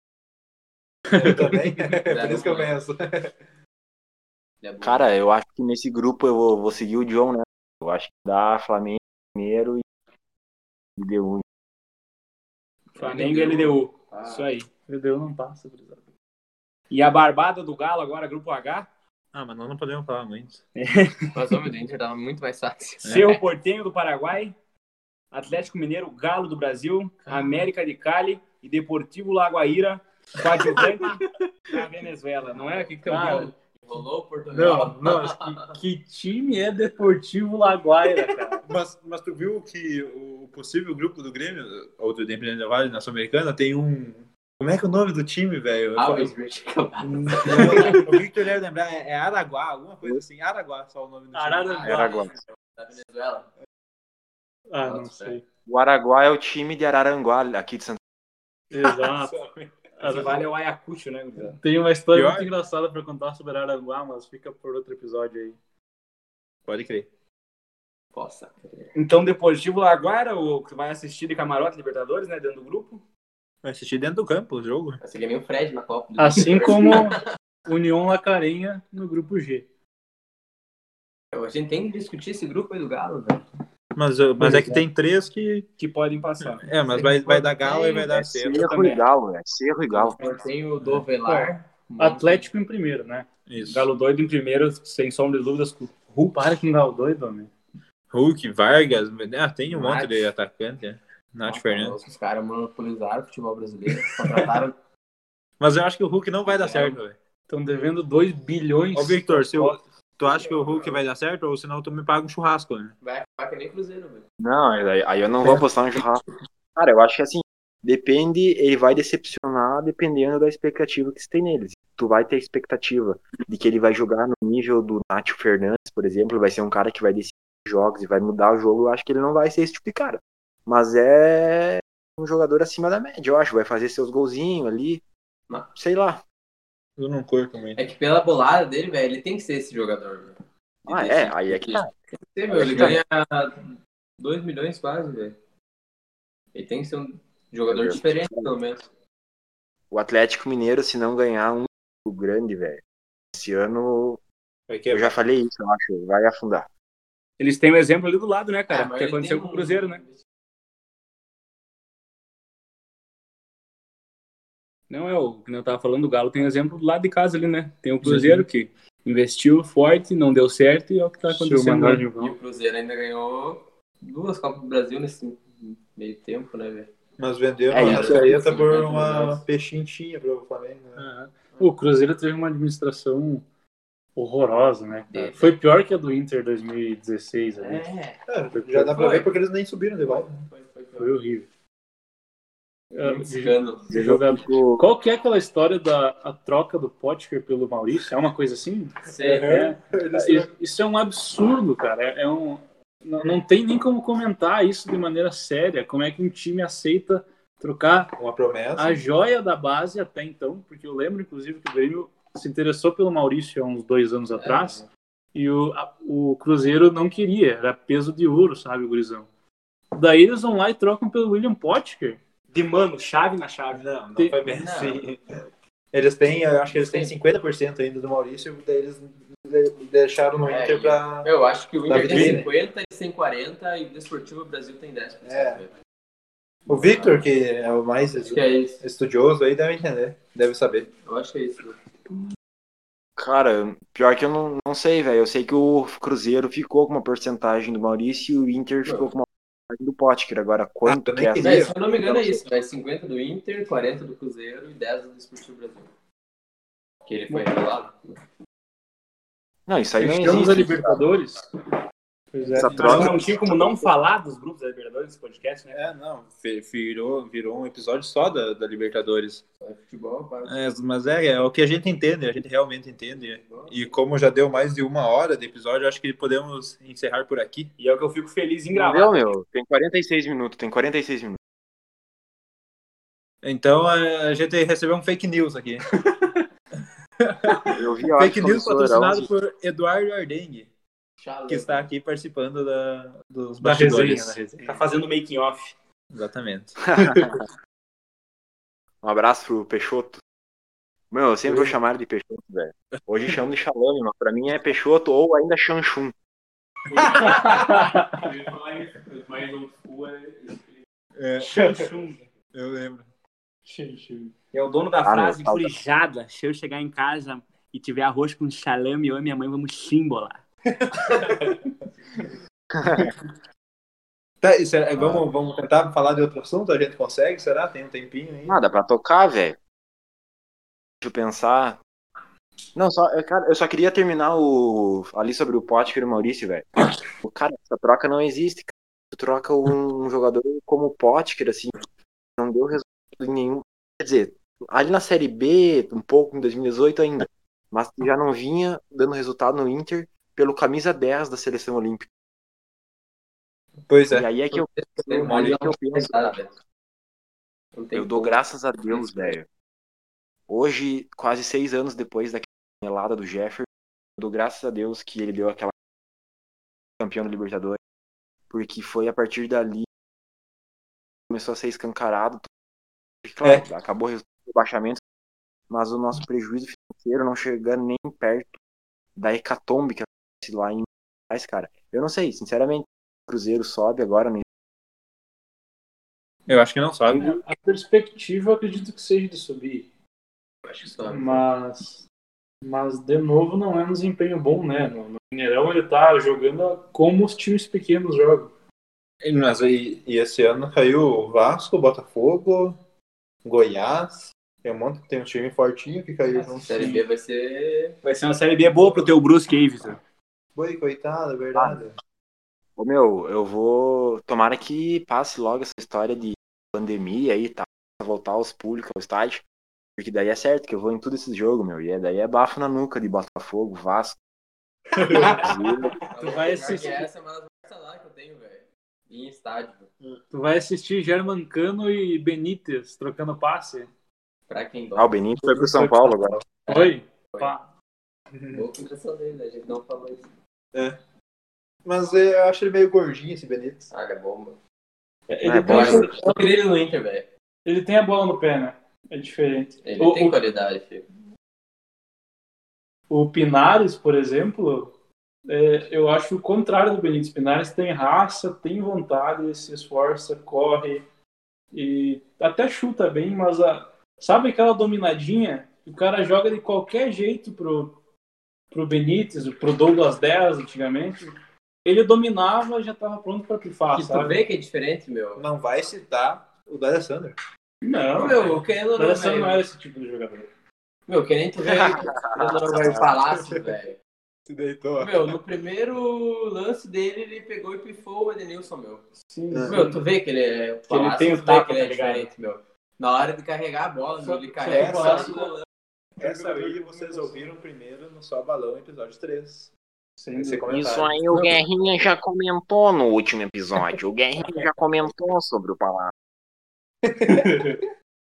[SPEAKER 7] Eu também, por
[SPEAKER 4] Zero
[SPEAKER 7] isso que eu
[SPEAKER 4] ponto.
[SPEAKER 7] penso.
[SPEAKER 4] Ele é bom.
[SPEAKER 1] Cara, eu acho que nesse grupo eu vou, vou seguir o John, né? Eu acho que dá Flamengo primeiro e e deu um.
[SPEAKER 5] Flamengo e LDU.
[SPEAKER 4] Ah,
[SPEAKER 5] Isso aí.
[SPEAKER 3] Meu Deus, não passa, gurizada.
[SPEAKER 5] E a barbada do Galo agora, grupo H?
[SPEAKER 2] Ah, mas nós não podemos falar muito.
[SPEAKER 4] Mas homem do Inter tava muito mais fácil.
[SPEAKER 5] Cerro Portenho do Paraguai, Atlético Mineiro, Galo do Brasil, América de Cali e Deportivo Lagoaíra, coadjuvante na Venezuela. Não é? O que que tem um
[SPEAKER 3] Cara,
[SPEAKER 5] galo?
[SPEAKER 4] Rolou o Portugal.
[SPEAKER 3] Não, não, que, que time é Deportivo Laguaira, cara?
[SPEAKER 2] Mas, mas tu viu que o possível grupo do Grêmio, ou do Independente da Vale, na Sul-Americana, tem um... Como é que é o nome do time, velho? Eu
[SPEAKER 4] Ah,
[SPEAKER 2] falo-
[SPEAKER 4] o Smith acabou.
[SPEAKER 2] Não, o Victor deve lembrar, é é Araguá, alguma coisa assim. Araguá, só o nome do time.
[SPEAKER 5] Ah,
[SPEAKER 3] Araguá.
[SPEAKER 1] Araguá.
[SPEAKER 4] Da Venezuela.
[SPEAKER 3] Ah, não sei.
[SPEAKER 1] O Araguá é o time de Araranguá, aqui de Santa
[SPEAKER 3] Exato.
[SPEAKER 5] Esse vale é o Ayacucho, né? gurizada?
[SPEAKER 3] Tem uma história
[SPEAKER 2] Pior.
[SPEAKER 3] muito engraçada pra contar sobre Araguá, mas fica por outro episódio aí.
[SPEAKER 2] Pode crer.
[SPEAKER 4] Possa.
[SPEAKER 5] Então, Deportivo Laguaira, o que vai assistir de camarote Libertadores, né? Dentro do grupo.
[SPEAKER 2] Vai assistir dentro do campo o jogo.
[SPEAKER 4] Você ganhou o é Fred na Copa. do
[SPEAKER 3] Assim
[SPEAKER 4] Mundo.
[SPEAKER 3] como União Lacarenha no grupo G.
[SPEAKER 4] A gente tem que discutir esse grupo aí do Galo, velho.
[SPEAKER 2] Mas, uh, mas é que
[SPEAKER 3] Pois é.
[SPEAKER 2] tem três que.
[SPEAKER 5] Que podem passar.
[SPEAKER 2] É, mas vai, vai dar galo e vai dar
[SPEAKER 1] Serro
[SPEAKER 2] cerro.
[SPEAKER 1] É e Galo, é Cerro e Galo.
[SPEAKER 4] Tem o Dovelar.
[SPEAKER 3] Atlético em primeiro, né?
[SPEAKER 2] Isso.
[SPEAKER 5] Galo doido em primeiro, sem sombra de dúvidas. com-
[SPEAKER 3] Para que não doido, homem.
[SPEAKER 2] Hulk, Vargas. Ah, tem um
[SPEAKER 4] Nath. Ah, tá.
[SPEAKER 2] monte de atacante, né? Nath Fernandes.
[SPEAKER 4] Os caras monopolizaram o futebol brasileiro. Contrataram.
[SPEAKER 2] Mas eu acho que o Hulk não vai dar certo, velho.
[SPEAKER 3] Estão devendo 2 bilhões.
[SPEAKER 2] Ô, Victor, se o- tu acha que o Hulk vai dar certo? Ou senão tu me paga um churrasco, né?
[SPEAKER 4] Vai acabar que nem Cruzeiro, velho.
[SPEAKER 1] Não, aí, aí eu não vou apostar no churrasco. Cara, eu acho que assim, depende, ele vai decepcionar dependendo da expectativa que você tem nele. Se Tu vai ter a expectativa de que ele vai jogar no nível do Nacho Fernandes, por exemplo, vai ser um cara que vai decidir jogos e vai mudar o jogo, eu acho que ele não vai ser esse tipo de cara. Mas é um jogador acima da média, eu acho, vai fazer seus golzinhos ali, sei lá.
[SPEAKER 2] Eu não curto muito.
[SPEAKER 4] É que pela bolada dele, velho, ele tem que ser esse jogador, velho.
[SPEAKER 1] Ah,
[SPEAKER 4] Ele
[SPEAKER 1] é,
[SPEAKER 4] tem que
[SPEAKER 1] aí é que tá.
[SPEAKER 4] ser, meu. Ele ganha 2 milhões quase, velho. Ele tem que ser um jogador diferente, pelo menos.
[SPEAKER 1] O Atlético Mineiro, se não ganhar um grande, velho, esse ano,
[SPEAKER 5] É.
[SPEAKER 2] Vai que
[SPEAKER 1] eu já falei isso, eu acho, vai afundar.
[SPEAKER 5] Eles têm o exemplo ali do lado, né,
[SPEAKER 3] É,
[SPEAKER 5] cara?
[SPEAKER 4] mas
[SPEAKER 5] que
[SPEAKER 4] ele
[SPEAKER 5] aconteceu
[SPEAKER 4] tem
[SPEAKER 5] com o
[SPEAKER 4] um-
[SPEAKER 5] Cruzeiro, né? Não é o que eu tava falando, o Galo tem o exemplo do lado de casa ali, né? Tem o Cruzeiro que investiu forte, não deu certo e é o que tá acontecendo. né?
[SPEAKER 4] E o Cruzeiro ainda ganhou duas Copas do Brasil nesse meio tempo, né, velho?
[SPEAKER 7] Mas vendeu
[SPEAKER 1] É
[SPEAKER 7] a
[SPEAKER 1] isso.
[SPEAKER 7] Rascaeta por uma pechintinha para o Flamengo. Né?
[SPEAKER 3] Ah, O Cruzeiro teve uma administração horrorosa, né? cara?
[SPEAKER 4] É.
[SPEAKER 3] Foi pior que a do Inter 2016 ali.
[SPEAKER 4] É,
[SPEAKER 7] É, já dá para ver porque eles nem subiram de volta.
[SPEAKER 4] foi, foi,
[SPEAKER 3] Foi horrível. ah,
[SPEAKER 4] Um
[SPEAKER 3] de-
[SPEAKER 4] escândalo.
[SPEAKER 3] de jogador. Qual que é aquela história da a troca do Potker pelo Maurício? É uma coisa assim?
[SPEAKER 4] Sério.
[SPEAKER 3] É. Isso- Isso é um absurdo, cara. É é um... não, não tem nem como comentar isso de maneira séria. Como é que um time aceita trocar
[SPEAKER 7] Uma promessa.
[SPEAKER 3] a joia da base até então? Porque eu lembro, inclusive, que o Grêmio se interessou pelo Maurício há uns dois
[SPEAKER 1] É.
[SPEAKER 3] anos atrás e o, a- o Cruzeiro não queria. Era peso de ouro, sabe, o gurizão. Daí eles vão lá e trocam pelo William Potker.
[SPEAKER 5] De mano, chave na chave. Não,
[SPEAKER 3] Tem-
[SPEAKER 5] foi bem
[SPEAKER 4] Não.
[SPEAKER 7] Eles têm, eu acho que eles têm 50% ainda do Maurício, daí eles de- deixaram no
[SPEAKER 4] É,
[SPEAKER 7] Inter
[SPEAKER 4] e-
[SPEAKER 7] pra.
[SPEAKER 4] Eu acho que o
[SPEAKER 7] Tá
[SPEAKER 4] Inter tem
[SPEAKER 7] bem.
[SPEAKER 4] 50 e 140 e o Desportivo Brasil tem 10%.
[SPEAKER 7] É.
[SPEAKER 4] velho.
[SPEAKER 7] O Victor, que é o mais
[SPEAKER 4] Acho que é isso.
[SPEAKER 7] estudioso aí, deve entender, deve saber.
[SPEAKER 4] Eu acho que é isso.
[SPEAKER 1] Cara, pior que eu não, não sei, velho. Eu sei que o Cruzeiro ficou com uma porcentagem do Maurício e o Inter ficou com uma porcentagem do Potker. Agora,
[SPEAKER 2] Ah,
[SPEAKER 1] quanto
[SPEAKER 7] eu
[SPEAKER 1] que
[SPEAKER 7] nem
[SPEAKER 1] é
[SPEAKER 7] queria.
[SPEAKER 1] essa?
[SPEAKER 4] É, se eu não me engano, é isso. É 50 do Inter, 40 do Cruzeiro e 10 do Desportivo Brasil. Que ele foi né? revelado.
[SPEAKER 1] Não, isso aí não
[SPEAKER 3] Estamos a
[SPEAKER 1] existe.
[SPEAKER 3] Libertadores. Pois é.
[SPEAKER 1] Essa
[SPEAKER 5] Mas
[SPEAKER 1] troca,
[SPEAKER 5] não tinha como não falar dos grupos da Libertadores nesse podcast, né?
[SPEAKER 2] É, não, vi- virou, virou um episódio só da, da Libertadores.
[SPEAKER 4] É futebol, para
[SPEAKER 2] É, mas é, é o que a gente entende, a gente realmente entende. E como já deu mais de uma hora de episódio, acho que podemos encerrar por aqui.
[SPEAKER 5] E é o que eu fico feliz em gravar.
[SPEAKER 1] Entendeu, meu? Tem 46 minutos, tem 46 minutos.
[SPEAKER 2] Então a a gente recebeu um fake news aqui.
[SPEAKER 1] Eu vi a hora que
[SPEAKER 2] fake news
[SPEAKER 1] começou, era
[SPEAKER 2] patrocinado
[SPEAKER 1] 11.
[SPEAKER 2] por Eduardo Ardengue,
[SPEAKER 4] Chalé.
[SPEAKER 2] que está aqui participando da, dos
[SPEAKER 3] Da resenha, né?
[SPEAKER 2] bastidores.
[SPEAKER 7] né?
[SPEAKER 3] da resenha.
[SPEAKER 5] Tá fazendo making off.
[SPEAKER 2] Exatamente.
[SPEAKER 1] Um abraço pro Peixoto. Meu, eu sempre vou chamar ele de Peixoto, velho. Hoje chamo de Xalame, mas pra mim é Peixoto ou ainda Xanchum.
[SPEAKER 5] Mais loucura.
[SPEAKER 2] É, eu lembro.
[SPEAKER 5] É o dono da
[SPEAKER 1] Ah,
[SPEAKER 5] frase
[SPEAKER 1] meu,
[SPEAKER 5] furijada. Se eu chegar em casa e tiver arroz com salame, eu e minha mãe vamos simbolar.
[SPEAKER 7] Tá, e
[SPEAKER 2] Ah.
[SPEAKER 7] será- vamos, vamos tentar falar de outro assunto? A gente consegue? Será? Tem um tempinho aí?
[SPEAKER 1] Ah, dá pra tocar, velho. Deixa eu pensar. Não, só, eu, cara, eu só queria terminar o ali sobre o Potker e o Maurício, velho. O cara, essa troca não existe. cara. Tu troca um, um jogador como o Potker, assim, não deu resultado em nenhum. Quer dizer, ali na Série B, um pouco em 2018 ainda, mas que já não vinha dando resultado no Inter pelo camisa 10 da seleção olímpica.
[SPEAKER 7] Pois
[SPEAKER 1] E
[SPEAKER 7] é.
[SPEAKER 1] aí é que eu, aí é que eu penso, cara. Eu dou graças a Deus, velho. Hoje, quase seis anos depois daquela melada do Jefferson, eu dou graças a Deus que ele deu aquela campeão do Libertadores, porque foi a partir dali que começou a ser escancarado. E, Claro, acabou o resultado do rebaixamento, mas o nosso prejuízo financeiro não chega nem perto da hecatombe que acontece lá em Minas, cara. Eu não sei, sinceramente, o Cruzeiro sobe agora, nem
[SPEAKER 2] Eu acho que não sabe.
[SPEAKER 7] né?
[SPEAKER 3] A perspectiva eu acredito que seja de subir.
[SPEAKER 4] Acho que só.
[SPEAKER 3] Mas, mas de novo, não é um desempenho bom, né? No, no Mineirão ele tá jogando como os times pequenos jogam.
[SPEAKER 2] E, É, Mas, e-
[SPEAKER 7] E esse ano caiu o Vasco, Botafogo, Goiás. Tem um monte, tem um time fortinho que caiu
[SPEAKER 4] A
[SPEAKER 7] junto.
[SPEAKER 4] Série B vai ser.
[SPEAKER 5] Vai ser uma série B boa pro teu Brusque aí, Vitor.
[SPEAKER 7] Boi, coitado, é verdade.
[SPEAKER 1] Ô, meu, eu vou. Tomara que passe logo essa história de pandemia aí, tá? Voltar aos públicos, ao estádio. Porque daí é certo que eu vou em tudo esses jogos, meu. E é- daí é bafo na nuca de Botafogo, Vasco. Cruzeiro.
[SPEAKER 4] Tu
[SPEAKER 3] vai
[SPEAKER 4] Que
[SPEAKER 3] assistir.
[SPEAKER 4] é essa, mas essa lá que eu tenho, velho. E Em estádio.
[SPEAKER 3] Tu vai assistir Germancano e Benítez trocando passe.
[SPEAKER 4] Pra quem
[SPEAKER 1] ah, o
[SPEAKER 4] gosta.
[SPEAKER 1] Benítez foi pro São Paulo agora.
[SPEAKER 3] Oi?
[SPEAKER 4] Foi.
[SPEAKER 3] Pá.
[SPEAKER 4] Boa contração dele, né? A gente não falou isso.
[SPEAKER 7] Mas eu acho ele meio gordinho, esse Benítez.
[SPEAKER 4] Ah, ele é bom, mano.
[SPEAKER 3] Ele,
[SPEAKER 1] É,
[SPEAKER 3] tem,
[SPEAKER 1] bom,
[SPEAKER 4] Eu não queria ele no Inter, velho.
[SPEAKER 3] ele tem a bola no pé, né? É diferente.
[SPEAKER 4] Ele
[SPEAKER 3] O-
[SPEAKER 4] tem
[SPEAKER 3] o-
[SPEAKER 4] qualidade, filho.
[SPEAKER 3] O Pinares, por exemplo, é, eu acho o contrário do Benítez. Pinares tem raça, tem vontade, se esforça, corre e até chuta bem, mas a- sabe aquela dominadinha? O cara joga de qualquer jeito pro, pro Benítez, pro Douglas 10 antigamente. Ele dominava e já tava pronto pra pifar,
[SPEAKER 4] Que tu
[SPEAKER 3] sabe?
[SPEAKER 4] vê que é diferente, meu.
[SPEAKER 7] Não vai citar o D'Alessandro.
[SPEAKER 3] Não,
[SPEAKER 4] Não,
[SPEAKER 3] meu.
[SPEAKER 4] meu, o Keno
[SPEAKER 3] O
[SPEAKER 4] não,
[SPEAKER 3] Alessandro não
[SPEAKER 4] velho.
[SPEAKER 3] era esse tipo de jogador.
[SPEAKER 4] Meu, que nem tu vê o Keno no Palácio, velho.
[SPEAKER 7] Se deitou.
[SPEAKER 4] Meu, no primeiro lance dele, ele pegou e pifou o Edenilson, meu.
[SPEAKER 3] Sim,
[SPEAKER 4] Meu, tu vê que ele é.
[SPEAKER 3] ele tem o
[SPEAKER 4] tu vê
[SPEAKER 3] tapa,
[SPEAKER 4] que ele é
[SPEAKER 3] tá ligado?
[SPEAKER 4] diferente, meu. Na hora de carregar a bola, meu, ele
[SPEAKER 3] só
[SPEAKER 4] carrega a
[SPEAKER 7] essa-
[SPEAKER 4] bola no volante.
[SPEAKER 7] Essa aí vocês ouviram primeiro no Só Balão, episódio 3.
[SPEAKER 3] Sem
[SPEAKER 7] Esse
[SPEAKER 3] dúvida.
[SPEAKER 7] comentário.
[SPEAKER 1] Isso aí o Guerrinha já comentou no último episódio. O Guerrinha já comentou sobre o Palácio.
[SPEAKER 4] Imita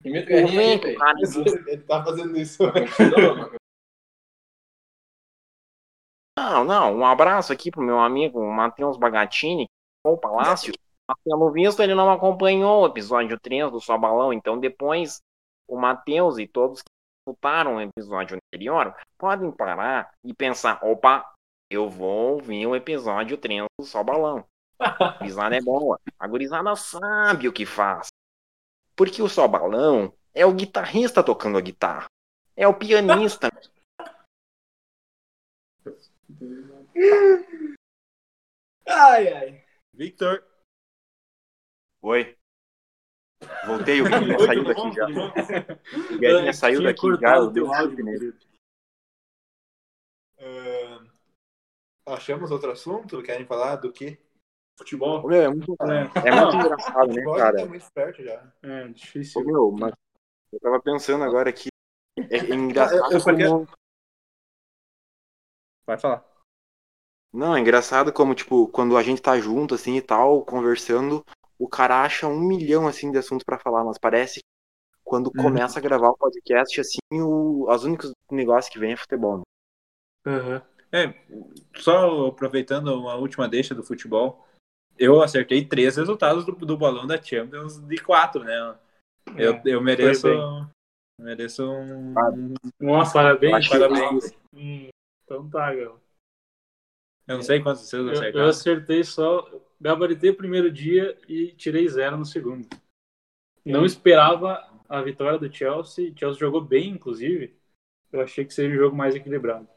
[SPEAKER 4] o
[SPEAKER 1] O
[SPEAKER 4] Guerrinha aí,
[SPEAKER 1] Vento,
[SPEAKER 4] velho.
[SPEAKER 1] cara,
[SPEAKER 7] Ele tá fazendo isso.
[SPEAKER 4] Continua, mano.
[SPEAKER 1] Não, não, um abraço aqui pro meu amigo Matheus Bagatini, que ficou o Palácio. Mas, Pelo visto, ele não acompanhou o episódio 3 do Só Balão, então depois o Matheus e todos que escutaram o episódio anterior podem parar e pensar: opa, eu vou ouvir o episódio 3 do Só Balão. A gurizada é boa, a gurizada sabe o que faz. Porque o Só Balão é o guitarrista tocando a guitarra, é o pianista
[SPEAKER 5] Ai, ai.
[SPEAKER 2] Victor.
[SPEAKER 1] Oi. Voltei, o Guerrinha saiu daqui já. O Guerrinha saiu
[SPEAKER 3] Tinha
[SPEAKER 1] daqui já.
[SPEAKER 3] cortado
[SPEAKER 1] eu dei um
[SPEAKER 3] teu áudio,
[SPEAKER 1] chute nele.
[SPEAKER 7] É, achamos outro assunto? Querem falar do quê?
[SPEAKER 3] Futebol.
[SPEAKER 1] Ô, meu, é muito,
[SPEAKER 3] É,
[SPEAKER 1] é muito
[SPEAKER 3] Não.
[SPEAKER 1] engraçado, né,
[SPEAKER 7] Agora
[SPEAKER 1] cara?
[SPEAKER 7] tá muito perto já.
[SPEAKER 3] é
[SPEAKER 1] Ô,
[SPEAKER 3] difícil.
[SPEAKER 1] meu, mas eu tava pensando agora que é
[SPEAKER 7] Eu- eu
[SPEAKER 1] engraçado
[SPEAKER 7] só quero-
[SPEAKER 1] como...
[SPEAKER 2] Vai falar.
[SPEAKER 1] Não, é engraçado como, tipo, quando a gente tá junto, assim, e tal, conversando, o cara acha um milhão, assim, de assuntos pra falar, mas parece que quando começa a gravar o podcast, assim, o... os únicos negócios que vem é futebol, né?
[SPEAKER 3] Aham.
[SPEAKER 2] É, Só aproveitando a última deixa do futebol, eu acertei três resultados do, do balão da Champions de quatro, né?
[SPEAKER 7] É,
[SPEAKER 2] Eu, eu mereço. um,
[SPEAKER 3] foi
[SPEAKER 2] Mereço um.
[SPEAKER 3] Nossa, parabéns.
[SPEAKER 1] Eu acho que-
[SPEAKER 3] parabéns. Hum, então tá, Gal.
[SPEAKER 2] Eu não sei quantos vocês
[SPEAKER 3] Eu,
[SPEAKER 2] acertaram.
[SPEAKER 3] eu acertei só. Gabaritei o primeiro dia e tirei zero no segundo.
[SPEAKER 1] Hum.
[SPEAKER 3] Não esperava a vitória do Chelsea. Chelsea jogou bem, inclusive. Eu achei que seria um jogo mais equilibrado.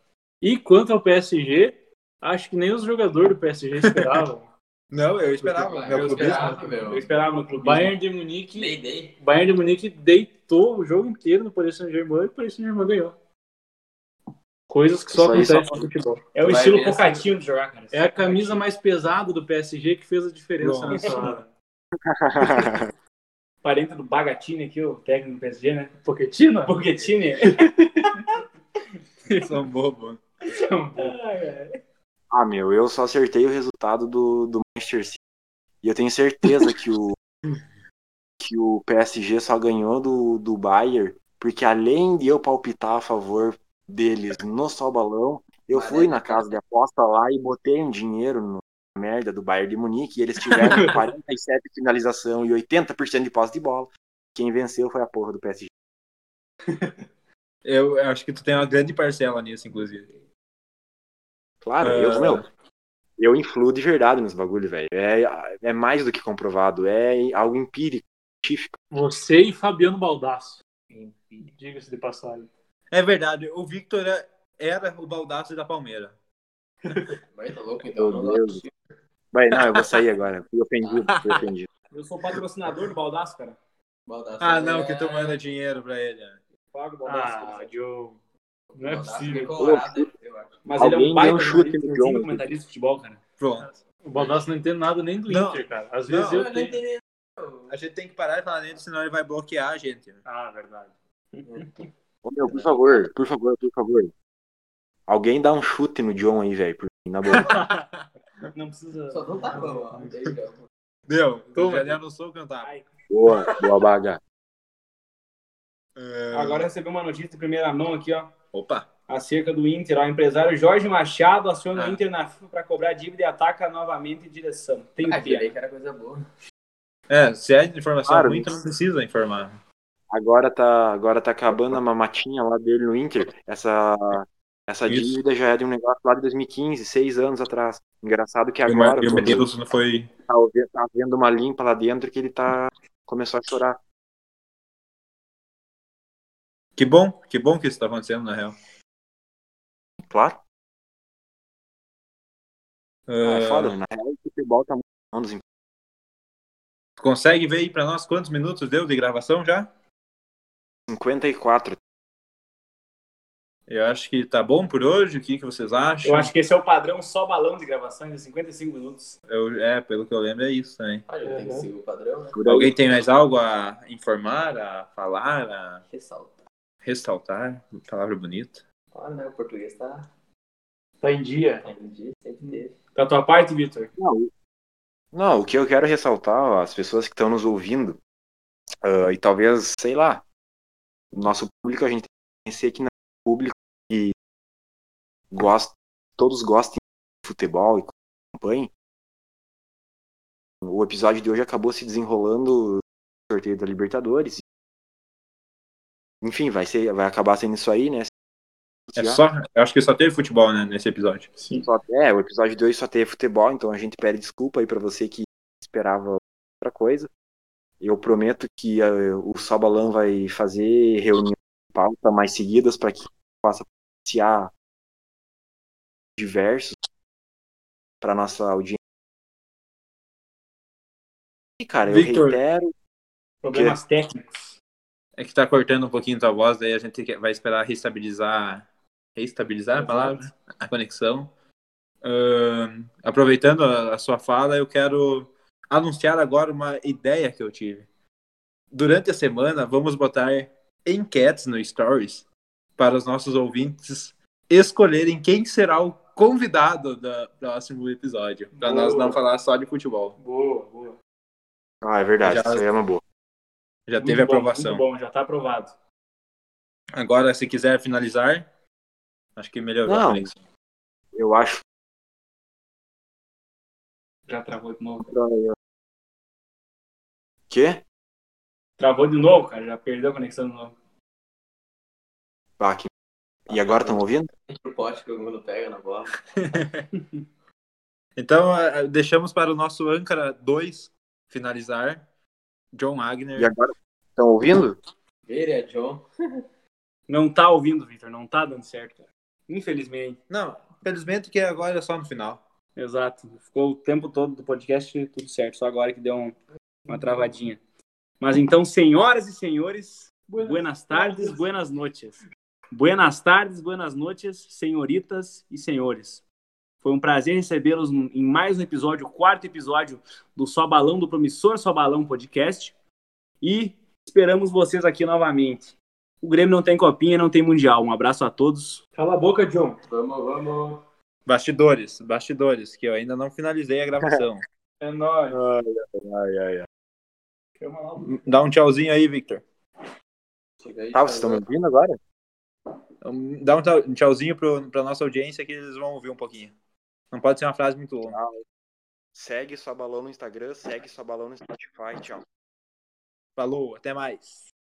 [SPEAKER 3] E quanto ao PSG, acho que nem os jogadores do PSG esperavam.
[SPEAKER 7] Não, eu esperava. Meu
[SPEAKER 4] Eu
[SPEAKER 7] clubismo.
[SPEAKER 4] esperava, meu.
[SPEAKER 3] Eu esperava no clube. Bayern de Munique.
[SPEAKER 4] Dei, dei.
[SPEAKER 3] Bayern de Munique deitou o jogo inteiro no Paris Saint-Germain e o Paris Saint-Germain ganhou. Coisas que
[SPEAKER 1] Isso
[SPEAKER 3] só
[SPEAKER 1] aí só
[SPEAKER 3] acontecem no futebol.
[SPEAKER 5] É o
[SPEAKER 4] Vai
[SPEAKER 5] estilo
[SPEAKER 4] ver essa-
[SPEAKER 5] focatinho de jogar, cara.
[SPEAKER 3] É a camisa mais pesada do PSG que fez a diferença
[SPEAKER 2] Nossa.
[SPEAKER 3] nessa hora.
[SPEAKER 5] Parente do Bagatini aqui, o técnico do PSG, né?
[SPEAKER 3] Pochettino?
[SPEAKER 5] Pochettini.
[SPEAKER 2] São um bobo. né?
[SPEAKER 1] Ah, meu, eu só acertei o resultado do, do Manchester City. E eu tenho certeza que o, que o PSG só ganhou do, do Bayern, porque além de eu palpitar a favor deles no só balão, eu fui na casa de aposta lá e botei um dinheiro no na merda do Bayern de Munique e eles tiveram 47 finalização e 80% de posse de bola. Quem venceu foi a porra do PSG.
[SPEAKER 2] Eu, eu acho que tu tem uma grande parcela nisso, inclusive.
[SPEAKER 1] Claro,
[SPEAKER 2] Ah.
[SPEAKER 1] eu, meu, eu influo de verdade nos bagulhos, velho. É, é mais do que comprovado, é algo empírico, científico.
[SPEAKER 3] Você e Fabiano Baldasso. Diga-se de passagem.
[SPEAKER 2] É verdade, o Victor é- era o baldaço da Palmeira.
[SPEAKER 4] Vai, tá louco, então.
[SPEAKER 1] Meu
[SPEAKER 4] Não dá.
[SPEAKER 1] Deus. Vai, não, eu vou sair agora. Fui ofendido, fui ofendido.
[SPEAKER 5] Eu sou patrocinador do Baldaço, cara.
[SPEAKER 4] Baldaço
[SPEAKER 2] Ah, não,
[SPEAKER 4] é-
[SPEAKER 2] que tu manda dinheiro pra ele. né?
[SPEAKER 5] Pago o Baldaço.
[SPEAKER 3] Ah,
[SPEAKER 5] cara.
[SPEAKER 3] Diogo. Não é
[SPEAKER 4] Baldaço
[SPEAKER 3] possível.
[SPEAKER 4] Colorado, eu acho.
[SPEAKER 5] Mas
[SPEAKER 1] Alguém
[SPEAKER 5] ele é um baita
[SPEAKER 1] deu um chute no
[SPEAKER 5] comentarista,
[SPEAKER 1] John.
[SPEAKER 5] um comentarista de futebol, cara.
[SPEAKER 2] Pronto.
[SPEAKER 3] O Baldasso não entende nada nem do
[SPEAKER 2] Não.
[SPEAKER 3] Inter, cara. Às
[SPEAKER 2] Não,
[SPEAKER 3] vezes
[SPEAKER 2] eu
[SPEAKER 3] eu tenho...
[SPEAKER 2] A gente tem que parar de falar dele, senão ele vai bloquear a gente.
[SPEAKER 3] Ah, verdade.
[SPEAKER 1] Ô, meu, por favor, por favor, por favor. Alguém dá um chute no John aí, velho, por mim, na boa.
[SPEAKER 3] Não precisa...
[SPEAKER 4] Só não tá bom, ó.
[SPEAKER 2] Deu,
[SPEAKER 3] Toma.
[SPEAKER 2] já não sou cantar.
[SPEAKER 1] Boa, boa baga.
[SPEAKER 2] É.
[SPEAKER 5] Agora recebi uma notícia de primeira mão aqui, ó.
[SPEAKER 2] Opa.
[SPEAKER 5] Acerca do Inter, ó. O empresário Jorge Machado aciona
[SPEAKER 2] Ah.
[SPEAKER 5] o Inter na FIFA pra cobrar dívida e ataca novamente direção. Tem
[SPEAKER 4] Ah,
[SPEAKER 5] o quê?
[SPEAKER 4] tirei que era coisa boa.
[SPEAKER 2] É, se é informação
[SPEAKER 1] Claro,
[SPEAKER 2] ruim, tu não precisa informar.
[SPEAKER 1] Agora tá, agora tá acabando a mamatinha lá dele no Inter. Essa, essa
[SPEAKER 2] Isso.
[SPEAKER 1] dívida já é de um negócio lá de 2015, seis anos atrás. Engraçado que
[SPEAKER 2] E o Mar-
[SPEAKER 1] agora.
[SPEAKER 2] e o
[SPEAKER 1] quando-
[SPEAKER 2] Matheus foi.
[SPEAKER 1] tá, ouvi- tá vendo uma limpa lá dentro que ele tá começou a chorar.
[SPEAKER 2] Que bom, que bom que isso tá acontecendo, na real.
[SPEAKER 1] Claro, é
[SPEAKER 2] Ah,
[SPEAKER 1] foda, né? Na real, o futebol tá muito bom dos empregos.
[SPEAKER 2] tu consegue ver aí pra nós quantos minutos deu de gravação já?
[SPEAKER 1] 54.
[SPEAKER 2] Eu acho que tá bom por hoje. O que, que vocês acham?
[SPEAKER 5] Eu acho que esse é o padrão só balão de gravações é de 55 minutos.
[SPEAKER 2] Eu- é, pelo que eu lembro, é isso também.
[SPEAKER 4] Olha, tem que seguir o padrão, né?
[SPEAKER 1] Por aí.
[SPEAKER 2] Alguém tem mais algo a informar, a falar, a
[SPEAKER 4] Ressalta.
[SPEAKER 2] ressaltar? Palavra bonita.
[SPEAKER 4] Olha, né? O português tá
[SPEAKER 3] Tá em dia.
[SPEAKER 4] tá em dia, sempre teve.
[SPEAKER 5] Da Tá tua parte, Vitor.
[SPEAKER 1] Não, o que eu quero ressaltar, ó, as pessoas que estão nos ouvindo, ah, e talvez, sei lá, nosso público, a gente tem que pensar que não é um público que gosta, todos gostem de futebol e acompanhem. O episódio de hoje acabou se desenrolando no sorteio da Libertadores. Enfim, vai, ser, vai acabar sendo isso aí, né?
[SPEAKER 2] É só, eu acho que só teve futebol né, nesse episódio.
[SPEAKER 1] Só- é, o episódio 2 só teve futebol, então a gente pede desculpa aí pra você que esperava outra coisa. Eu prometo que eh, o Sabalan vai fazer reuniões de pauta mais seguidas para que possa iniciar diversos para nossa audiência. E, cara, eu
[SPEAKER 2] Victor.
[SPEAKER 1] reitero.
[SPEAKER 5] Problemas técnicos.
[SPEAKER 2] É que tá cortando um pouquinho tua voz, daí a gente que- vai esperar restabilizar. Restabilizar a palavra? A conexão. Ahn, aproveitando a, a sua fala, eu quero anunciar agora uma ideia que eu tive. Durante a semana, vamos botar enquetes no Stories para os nossos ouvintes escolherem quem será o convidado do próximo episódio. Para nós não falar só de futebol.
[SPEAKER 3] Boa, boa.
[SPEAKER 1] Ah, é verdade,
[SPEAKER 2] Já-
[SPEAKER 1] isso aí é uma boa.
[SPEAKER 2] Já
[SPEAKER 5] Muito
[SPEAKER 2] teve
[SPEAKER 5] bom,
[SPEAKER 2] aprovação.
[SPEAKER 5] Muito bom, já tá aprovado.
[SPEAKER 2] Agora, se quiser finalizar, acho que melhorou
[SPEAKER 1] Não.
[SPEAKER 2] a conexão.
[SPEAKER 1] Eu acho.
[SPEAKER 5] Já travou de novo.
[SPEAKER 1] Quê?
[SPEAKER 5] Travou de novo, cara. Já perdeu a conexão de novo.
[SPEAKER 1] Ah, que- E agora estão ouvindo?
[SPEAKER 4] Pro pote que o mundo pega na bola.
[SPEAKER 2] Então, eh, deixamos para o nosso âncora 2 finalizar. John Agner.
[SPEAKER 1] E agora estão ouvindo?
[SPEAKER 4] Vire a John.
[SPEAKER 5] Não tá ouvindo, Vitor. Não tá dando certo, cara. Infelizmente.
[SPEAKER 2] Não, infelizmente que agora é só no final.
[SPEAKER 5] Exato. Ficou o tempo todo do podcast tudo certo. Só agora que deu um- uma travadinha. Mas então, senhoras e senhores, buenas, tardes, buenas noites. Buenas tardes, buenas noites, senhoritas e senhores. Foi um prazer recebê-los n- em mais um episódio, o quarto episódio do Só Balão, do promissor Só Balão podcast. E esperamos vocês aqui novamente. O Grêmio não tem copinha, não tem mundial. Um abraço a todos.
[SPEAKER 3] Cala a boca, John.
[SPEAKER 4] Vamos, vamos.
[SPEAKER 2] Bastidores, bastidores, que eu ainda não finalizei a gravação.
[SPEAKER 3] É nóis.
[SPEAKER 1] Ai, ai, ai.
[SPEAKER 3] Chama lá o
[SPEAKER 2] Dá um tchauzinho aí, Victor.
[SPEAKER 4] Chega aí.
[SPEAKER 1] Tá, vocês estão me ouvindo agora?
[SPEAKER 2] Um- Dá um tau- um tchauzinho para a nossa audiência que eles vão ouvir um pouquinho. Não pode ser uma frase muito longa.
[SPEAKER 1] Segue sua balão no Instagram, segue sua balão no Spotify, tchau.
[SPEAKER 2] Falou, até mais.